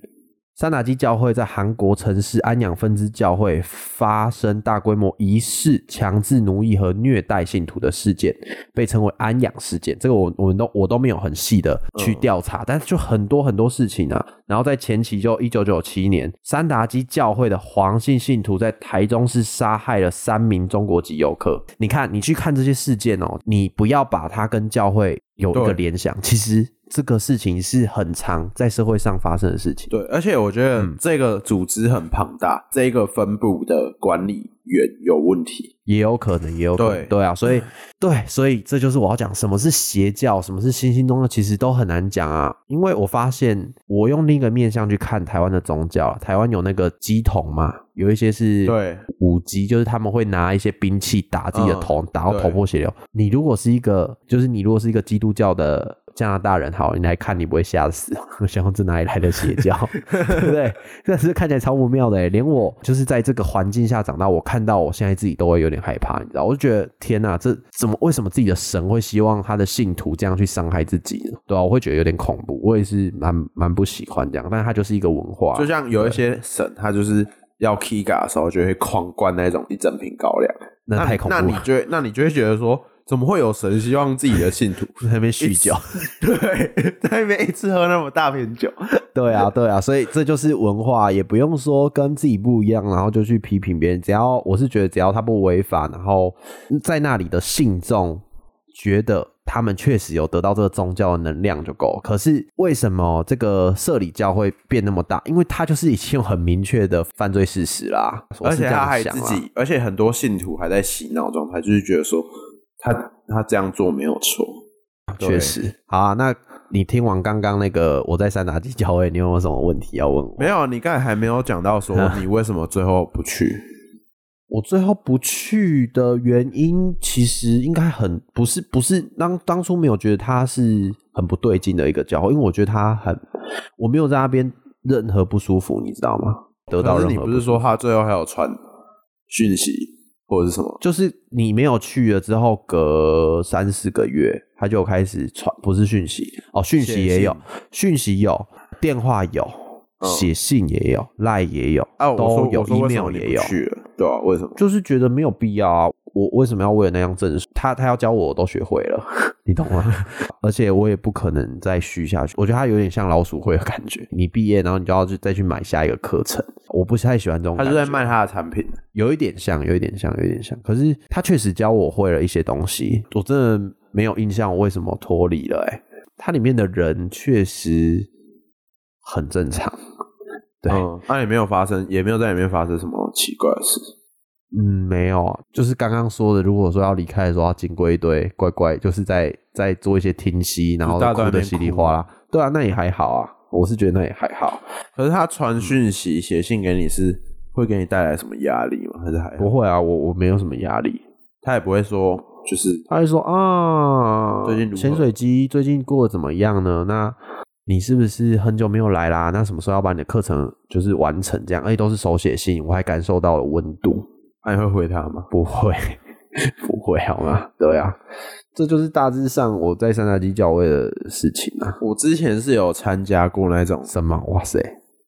[SPEAKER 1] 三达基教会在韩国城市安养分支教会发生大规模疑似强制奴役和虐待信徒的事件，被称为安养事件。这个我我们都我都没有很细的去调查，但是就很多很多事情啊。然后在前期就一九九七年，三达基教会的黄姓信徒在台中市杀害了三名中国籍游客。你看，你去看这些事件哦，你不要把它跟教会有一个
[SPEAKER 2] 对
[SPEAKER 1] 联想，其实这个事情是很常在社会上发生的事情。
[SPEAKER 2] 对，而且我觉得
[SPEAKER 1] 嗯
[SPEAKER 2] 这个组织很庞大，这个分部的管理员有问题。
[SPEAKER 1] 也有可能，也有可能，
[SPEAKER 2] 对
[SPEAKER 1] 啊，所以对，所以这就是我要讲什么是邪教，什么是新兴宗教，其实都很难讲啊。因为我发现，我用另一个面向去看台湾的宗教，啊台湾有那个鸡童嘛，有一些是
[SPEAKER 2] 对
[SPEAKER 1] 武击，就是他们会拿一些兵器打自己
[SPEAKER 2] 嗯
[SPEAKER 1] 的头，打到头破血流。你如果是一个，就是你如果是一个基督教的。加拿大人好，你来看你不会吓死。 我想这哪里来的邪 教，对不对？但是看起来超不妙的欸，连我就是在这个环境下长大，我看到我现在自己都会有点害怕，你知道？我就觉得天哪，这怎么为什么自己的神会希望他的信徒这样去伤害自己呢？对啊，我会觉得有点恐怖，我也是蛮蛮不喜欢这样，但是它就是一个文化，
[SPEAKER 2] 就像有一些省，他就是要 Kiga 的时候，就会狂灌那种一整瓶高粱。
[SPEAKER 1] 那
[SPEAKER 2] 你
[SPEAKER 1] 太恐怖
[SPEAKER 2] 那你
[SPEAKER 1] 了，
[SPEAKER 2] 就会那你就会觉得说，怎么会有神希望自己的信 徒
[SPEAKER 1] 在那边酗酒。
[SPEAKER 2] 对在那边一次喝那么大瓶酒？
[SPEAKER 1] 对 啊，对啊，所以这就是文化，也不用说跟自己不一样，然后就去批评别人。只要我是觉得，只要他不违法，然后在那里的信众觉得他们确实有得到这个宗教的能量就够了。可是为什么这个社里教会变那么大？因为它就是已经有很明确的犯罪事实啦，我
[SPEAKER 2] 而
[SPEAKER 1] 是
[SPEAKER 2] 且
[SPEAKER 1] 这
[SPEAKER 2] 他
[SPEAKER 1] 样
[SPEAKER 2] 还
[SPEAKER 1] 想
[SPEAKER 2] 自
[SPEAKER 1] 啦
[SPEAKER 2] 己，而且很多信徒还在洗脑状态，就是觉得说他他这样做没有错。
[SPEAKER 1] 确实好啊。那你听完刚刚那个我在三打基教会，你有没有什么问题要问我？
[SPEAKER 2] 没有，你刚才还没有讲到 说你为什么最后不去？
[SPEAKER 1] 我最后不去的原因，其实应该很不是不是当当初没有觉得它是很不对劲的一个教会，因为我觉得它很，我没有在那边任何不舒服，你知道吗？得到
[SPEAKER 2] 可是
[SPEAKER 1] 任
[SPEAKER 2] 你
[SPEAKER 1] 何
[SPEAKER 2] 不是说他最后还有传讯息或者是什么？
[SPEAKER 1] 就是你没有去了之后，隔三四个月，他就开始传，不是讯息哦，讯息也有，讯息有，电话有，
[SPEAKER 2] 嗯
[SPEAKER 1] 写信也有，赖也有，
[SPEAKER 2] 啊，我说
[SPEAKER 1] 都有
[SPEAKER 2] 我说为什
[SPEAKER 1] ，email
[SPEAKER 2] 么你不
[SPEAKER 1] 也有，
[SPEAKER 2] 去了，对啊，为什么？
[SPEAKER 1] 就是觉得没有必要啊。我为什么要为了那张证书？他他要教我，我都学会了， 你懂吗？而且我也不可能再续下去。我觉得他有点像老鼠会的感觉。你毕业，然后你就要去再去买下一个课程。我不太喜欢这种
[SPEAKER 2] 他
[SPEAKER 1] 感觉，
[SPEAKER 2] 就在卖他的产品，
[SPEAKER 1] 有一点像，有一点像，有一点像。可是他确实教我会了一些东西，我真的没有印象我为什么脱离了、欸。哎，它里面的人确实很正常。对
[SPEAKER 2] 嗯，那、也没有发生，也没有在里面发生什么奇怪的事。
[SPEAKER 1] 嗯，没有啊，就是刚刚说的，如果说要离开的时候，要经过一堆乖乖，就是在在做一些听息，然后
[SPEAKER 2] 大家都
[SPEAKER 1] 哭
[SPEAKER 2] 在那
[SPEAKER 1] 的
[SPEAKER 2] 边
[SPEAKER 1] 稀里
[SPEAKER 2] 哭
[SPEAKER 1] 哗啦。对啊，那也还好啊，我是觉得那也还好，
[SPEAKER 2] 可是他
[SPEAKER 1] 嗯
[SPEAKER 2] 传讯息、写信给你是会给你带来什么压力吗？还是还好
[SPEAKER 1] 不会啊，我我没有什么压力。
[SPEAKER 2] 他也不会说就是
[SPEAKER 1] 他会说啊，
[SPEAKER 2] 最近如何
[SPEAKER 1] 潜水机最近过得怎么样呢？那你是不是很久没有来啦？那什么时候要把你的课程就是完成这样？而且哎都是手写信，我还感受到了温度。
[SPEAKER 2] 那、啊你会回他吗？
[SPEAKER 1] 不会， 不会好吗？对啊，这就是大致上我在三大基教会的事情啊。
[SPEAKER 2] 我之前是有参加过那种
[SPEAKER 1] 什么？哇塞！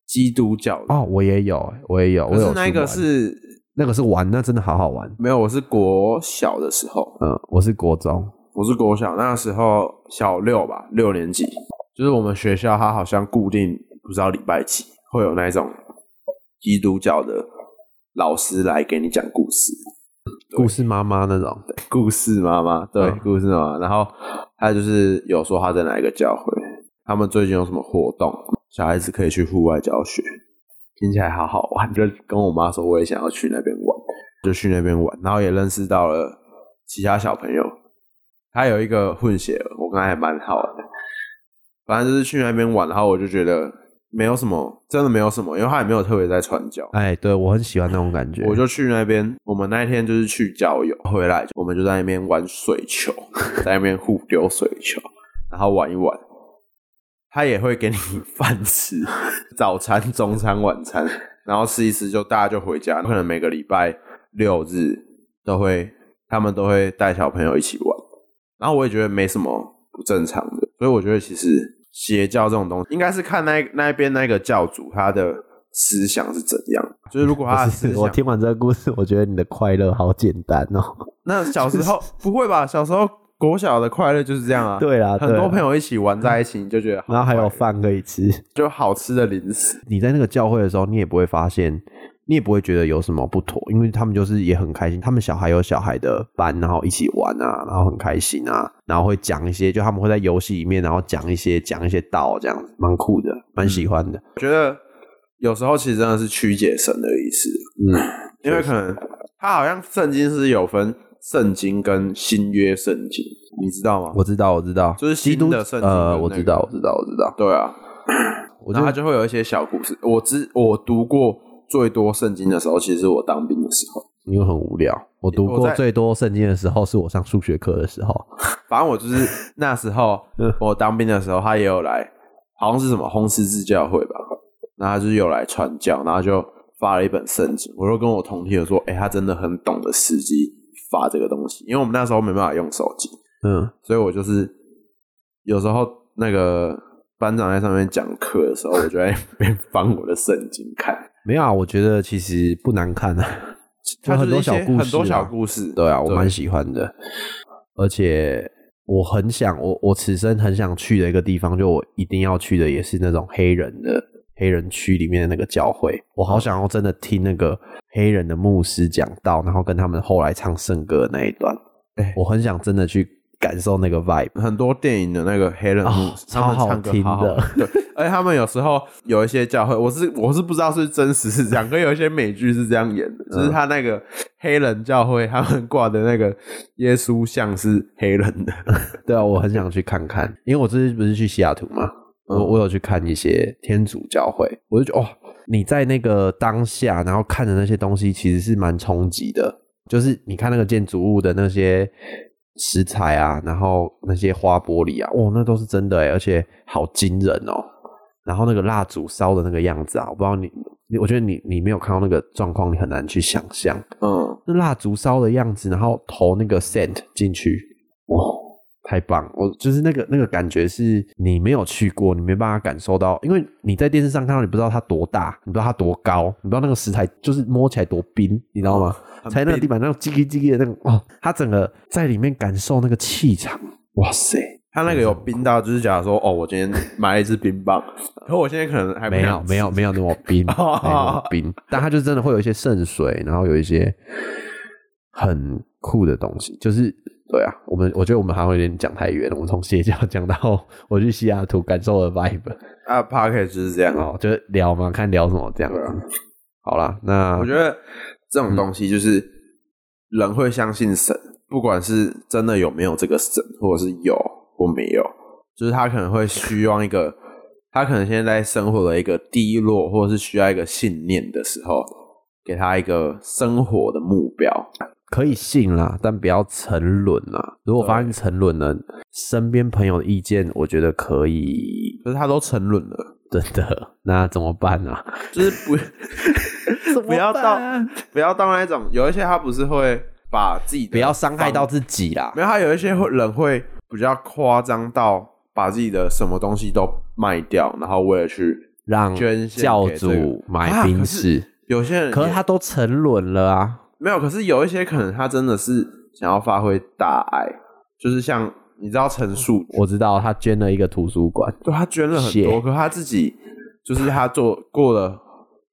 [SPEAKER 2] 基督教的，
[SPEAKER 1] 哦，我也有，我也有，我
[SPEAKER 2] 可
[SPEAKER 1] 有
[SPEAKER 2] 是
[SPEAKER 1] 去
[SPEAKER 2] 那个
[SPEAKER 1] 玩
[SPEAKER 2] 是
[SPEAKER 1] 那个是玩，那真的好好玩。
[SPEAKER 2] 没有，我是国小的时候，
[SPEAKER 1] 嗯，我是国中，
[SPEAKER 2] 我是国小那个时候小六吧，六年级，就是我们学校它好像固定不知道礼拜几会有那种基督教的老师来给你讲故事，
[SPEAKER 1] 故事妈妈那种。
[SPEAKER 2] 故事妈妈，对，
[SPEAKER 1] 嗯
[SPEAKER 2] 故事妈妈。然后他就是有说他在哪一个教会，他们最近有什么活动，小孩子可以去户外教学，听起来好好玩，就跟我妈说我也想要去那边玩，就去那边玩，然后也认识到了其他小朋友，他有一个混血儿，我跟他还蛮好的。反正就是去那边玩，然后我就觉得没有什么，真的没有什么，因为他也没有特别在传教。
[SPEAKER 1] 哎，对我很喜欢那种感觉。
[SPEAKER 2] 我就去那边，我们那一天就是去郊游，回来我们就在那边玩水 球，在那边互丢水球，然后玩一玩。他也会给你饭 吃，早餐、中餐、晚餐，然后吃一吃就大家就回家。可能每个礼拜六日都会，他们都会带小朋友一起玩。然后我也觉得没什么不正常的，所以我觉得其实邪教这种东西，应该是看那那边那个教主他的思想是怎样。就是如果他的
[SPEAKER 1] 不
[SPEAKER 2] 思
[SPEAKER 1] 是
[SPEAKER 2] 想，
[SPEAKER 1] 我听完这个故事，我觉得你的快乐好简单哦。
[SPEAKER 2] 那小 时候不会吧？小时候国小的快乐就是这样啊。
[SPEAKER 1] 对啦，
[SPEAKER 2] 很
[SPEAKER 1] 对
[SPEAKER 2] 多
[SPEAKER 1] 啦
[SPEAKER 2] 朋，友一起玩在一起，你就觉得好
[SPEAKER 1] 然后还有
[SPEAKER 2] 快乐
[SPEAKER 1] 饭可以吃。
[SPEAKER 2] 就好吃的零食。
[SPEAKER 1] 你在那个教会的时候，你也不会发现，你也不会觉得有什么不妥，因为他们就是也很开心，他们小孩有小孩的班，然后一起玩啊，然后很开心啊，然后会讲一些，就他们会在游戏里面，然后讲一些讲一些道这样子，蛮酷的，蛮喜欢的。
[SPEAKER 2] 我觉得有时候其实真的是曲解神的意思，
[SPEAKER 1] 嗯，
[SPEAKER 2] 因为可能它好像圣经是有分圣经跟新约圣经，你知道吗？
[SPEAKER 1] 我知道，我知道，
[SPEAKER 2] 就是
[SPEAKER 1] 基
[SPEAKER 2] 新
[SPEAKER 1] 督
[SPEAKER 2] 的圣经跟
[SPEAKER 1] 呃，
[SPEAKER 2] 那个
[SPEAKER 1] 我知道，我知道，我知道。
[SPEAKER 2] 对啊，
[SPEAKER 1] 我觉
[SPEAKER 2] 然后它
[SPEAKER 1] 得
[SPEAKER 2] 就会有一些小故事。我知我读过最多圣经的时候，其实是我当兵的时候。
[SPEAKER 1] 你会很无聊。我读
[SPEAKER 2] 我
[SPEAKER 1] 过
[SPEAKER 2] 在
[SPEAKER 1] 最多圣经的时候，是我上数学课的时候。
[SPEAKER 2] 反正我就是 那时候
[SPEAKER 1] 嗯
[SPEAKER 2] 我当兵的时候，他也有来，好像是什么红十字教会吧，然后他就是有来传教，然后就发了一本圣经。我就跟我同梯的说，哎、他真的很懂得时机发这个东西，因为我们那时候没办法用手机，
[SPEAKER 1] 嗯，
[SPEAKER 2] 所以我就是有时候那个班长在上面讲课的时候，我就在那边翻我的圣经看，
[SPEAKER 1] 没有啊，我觉得其实不难看啊。
[SPEAKER 2] 他
[SPEAKER 1] 很多
[SPEAKER 2] 就是一
[SPEAKER 1] 小
[SPEAKER 2] 些
[SPEAKER 1] 故事啊
[SPEAKER 2] 很多小故事，
[SPEAKER 1] 对啊，我蛮喜欢的，而且我很想，我我此生很想去的一个地方，就我一定要去的，也是那种黑人的黑人区里面的那个教会，我好想要真的听那个黑人的牧师讲道，然后跟他们后来唱圣歌的那一段，
[SPEAKER 2] 哎
[SPEAKER 1] 我很想真的去感受那个 vibe。
[SPEAKER 2] 很多电影的那个黑人
[SPEAKER 1] 哦
[SPEAKER 2] 牧师，他们
[SPEAKER 1] 超好
[SPEAKER 2] 唱歌
[SPEAKER 1] 听
[SPEAKER 2] 好好
[SPEAKER 1] 的
[SPEAKER 2] 对，而且他们有时候有一些教会，我是我是不知道是真实是这样，可有一些美剧是这样演
[SPEAKER 1] 嗯
[SPEAKER 2] 的，就是他那个黑人教会，他们挂的那个耶稣像是黑人的，
[SPEAKER 1] 对啊，我很想去看看，因为我这次不是去西雅图嘛，我我有去看一些天主教会，我就觉得哇、你在那个当下，然后看的那些东西，其实是蛮冲击的。就是你看那个建筑物的那些石材啊，然后那些花玻璃啊，哇，那都是真的哎、而且好惊人哦、然后那个蜡烛烧的那个样子啊，我不知道你，你我觉得你你没有看到那个状况，你很难去想象。
[SPEAKER 2] 嗯，
[SPEAKER 1] 那蜡烛烧的样子，然后投那个 scent 进去，哇，太棒！我就是那个那个感觉是你没有去过，你没办法感受到，因为你在电视上看到，你不知道它多大，你不知道它多高，你不知道那个石材就是摸起来多冰，你知道吗？
[SPEAKER 2] 很
[SPEAKER 1] 才那个
[SPEAKER 2] 冰
[SPEAKER 1] 地板那种叽叽叽叽的那种，哦，它整个在里面感受那个气场，哇塞！
[SPEAKER 2] 他那个有冰到，就是假如说，哦，我今天买了一支冰棒，可我现在可能还不
[SPEAKER 1] 没有
[SPEAKER 2] 想吃
[SPEAKER 1] 没有没有那么 冰，没有那么冰，但它就真的会有一些渗水，然后有一些很酷的东西，就是对啊，我们我觉得我们还会有点讲太远了，我们从邪教 讲到我去西雅图感受的 vibe，
[SPEAKER 2] 啊 p o c k e t 就是这样，
[SPEAKER 1] 哦，就是聊嘛，看聊什么这样
[SPEAKER 2] 对啊
[SPEAKER 1] 子。好啦，那
[SPEAKER 2] 我觉得这种东西就是人会相信神，不管是真的有没有这个神，或者是有或没有，就是他可能会需要一个，他可能现在生活的一个低落，或者是需要一个信念的时候，给他一个生活的目标。
[SPEAKER 1] 可以信啦，但不要沉沦啦。如果发现沉沦了，身边朋友的意见，我觉得可以，
[SPEAKER 2] 可是他都沉沦了，
[SPEAKER 1] 真的，那怎么办啊？
[SPEAKER 2] 就是不不要到 不要到那种，有一些他不是会把自己的
[SPEAKER 1] 不要伤害
[SPEAKER 2] 方
[SPEAKER 1] 到自己啦。
[SPEAKER 2] 没有，他有一些会人会比较夸张到把自己的什么东西都卖掉，然后为了去
[SPEAKER 1] 让
[SPEAKER 2] 捐献
[SPEAKER 1] 教
[SPEAKER 2] 给这个啊
[SPEAKER 1] 主买冰室。
[SPEAKER 2] 有些人也，
[SPEAKER 1] 可是他都沉沦了啊！
[SPEAKER 2] 没有，可是有一些可能他真的是想要发挥大爱，就是像你知道
[SPEAKER 1] 嗯
[SPEAKER 2] 陈述，
[SPEAKER 1] 我知道他捐了一个图书馆，
[SPEAKER 2] 对他捐了很多，
[SPEAKER 1] 谢
[SPEAKER 2] 可他自己就是他做过得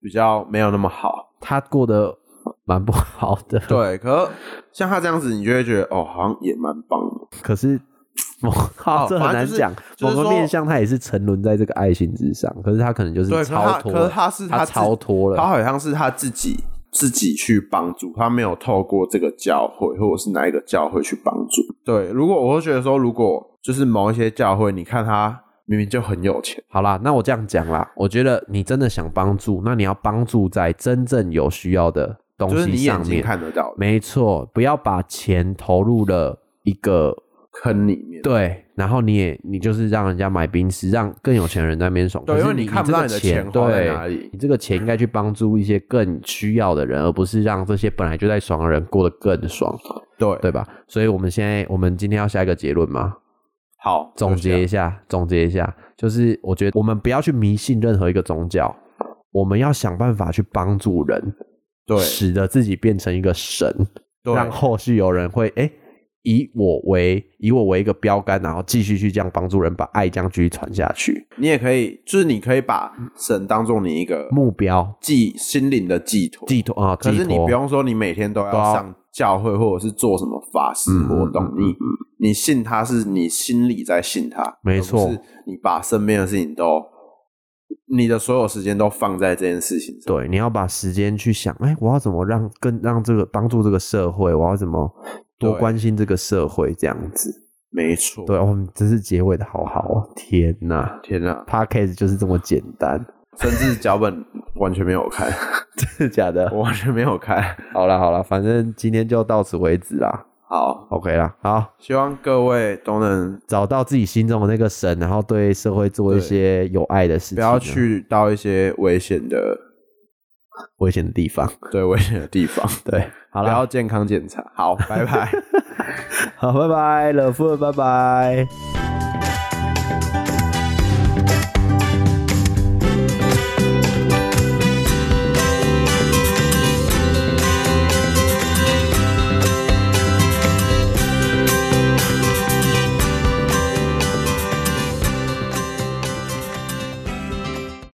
[SPEAKER 2] 比较没有那 么好，
[SPEAKER 1] 他过得蛮不好的。，
[SPEAKER 2] 对，可像他这样子，你就会觉得哦，好像也蛮棒的，
[SPEAKER 1] 可是 某
[SPEAKER 2] 哦
[SPEAKER 1] 这很
[SPEAKER 2] 反正
[SPEAKER 1] 难
[SPEAKER 2] 就是
[SPEAKER 1] 讲。
[SPEAKER 2] 就是
[SPEAKER 1] 某个
[SPEAKER 2] 说
[SPEAKER 1] 面向，他也是沉沦在这个爱情之上，可是他可能就是
[SPEAKER 2] 对，可是他
[SPEAKER 1] 超脱
[SPEAKER 2] 可
[SPEAKER 1] 了，
[SPEAKER 2] 是他是
[SPEAKER 1] 他
[SPEAKER 2] 自
[SPEAKER 1] 超脱
[SPEAKER 2] 他
[SPEAKER 1] 了。
[SPEAKER 2] 好像是他自己自己去帮助，他没有透过这个教会或者是哪一个教会去帮助。对，如果我会觉得说，如果就是某一些教会，你看他明明就很有钱，
[SPEAKER 1] 好啦，那我这样讲啦，我觉得你真的想帮助，那你要帮助在真正有需要的东
[SPEAKER 2] 就是
[SPEAKER 1] 西
[SPEAKER 2] 你眼
[SPEAKER 1] 上
[SPEAKER 2] 睛
[SPEAKER 1] 面。
[SPEAKER 2] 看得到的
[SPEAKER 1] 没错，不要把钱投入了一个
[SPEAKER 2] 坑里面。
[SPEAKER 1] 对，然后你也你就是让人家买冰室，让更有钱人在那边爽。
[SPEAKER 2] 对
[SPEAKER 1] 可是
[SPEAKER 2] 因为
[SPEAKER 1] 你
[SPEAKER 2] 你看不到
[SPEAKER 1] 你
[SPEAKER 2] 你
[SPEAKER 1] 这
[SPEAKER 2] 的
[SPEAKER 1] 个
[SPEAKER 2] 钱花在
[SPEAKER 1] 对
[SPEAKER 2] 哪里
[SPEAKER 1] 你这个钱应该去帮助一些更需要的人，而不是让这些本来就在爽的人过得更爽，
[SPEAKER 2] 对
[SPEAKER 1] 对吧？所以我们现在，我们今天要下一个结论吗？
[SPEAKER 2] 好，
[SPEAKER 1] 总
[SPEAKER 2] 就这样
[SPEAKER 1] 结一下，总结一下，就是我觉得我们不要去迷信任何一个宗教，我们要想办法去帮助人，
[SPEAKER 2] 对
[SPEAKER 1] 使得自己变成一个神，
[SPEAKER 2] 对
[SPEAKER 1] 让后续有人会哎、诶以我为以我为一个标杆，然后继续去这样帮助人，把爱这样继续传下去。
[SPEAKER 2] 你也可以，就是你可以把神当做你一个
[SPEAKER 1] 目标
[SPEAKER 2] 寄心灵的寄托。
[SPEAKER 1] 寄托啊，
[SPEAKER 2] 可
[SPEAKER 1] 寄
[SPEAKER 2] 是你
[SPEAKER 1] 托
[SPEAKER 2] 不用说，你每天都要
[SPEAKER 1] 对啊
[SPEAKER 2] 上教会或者是做什么法事
[SPEAKER 1] 嗯
[SPEAKER 2] 活动，
[SPEAKER 1] 嗯嗯
[SPEAKER 2] 你你信他是你心里在信他，
[SPEAKER 1] 没错
[SPEAKER 2] 而不是你把身边的事情都，你的所有时间都放在这件事情上。
[SPEAKER 1] 对，你要把时间去想，哎、我要怎么让更让这个帮助这个社会，我要怎么多
[SPEAKER 2] 对
[SPEAKER 1] 关心这个社会，这样子。
[SPEAKER 2] 没错。
[SPEAKER 1] 对，，我们真是结尾的好好哦，天哪！
[SPEAKER 2] 天哪、
[SPEAKER 1] Podcast 就是这么简 单，
[SPEAKER 2] 甚至脚本完全没有看，
[SPEAKER 1] 真的假的？
[SPEAKER 2] 我完全没有看。
[SPEAKER 1] 好了好了，反正今天就到此为止啦
[SPEAKER 2] 好，
[SPEAKER 1] ，OK 啦，好，
[SPEAKER 2] 希望各位都能
[SPEAKER 1] 找到自己心中的那个神，然后对社会做一
[SPEAKER 2] 对
[SPEAKER 1] 些有爱的事情
[SPEAKER 2] 不
[SPEAKER 1] 啊，
[SPEAKER 2] 要去到一些危险的、
[SPEAKER 1] 危险的地方。
[SPEAKER 2] 对危险的地方。
[SPEAKER 1] 对，好
[SPEAKER 2] 不
[SPEAKER 1] 了，
[SPEAKER 2] 要健康检查。好，拜拜。
[SPEAKER 1] 好，拜拜，乐夫，拜拜。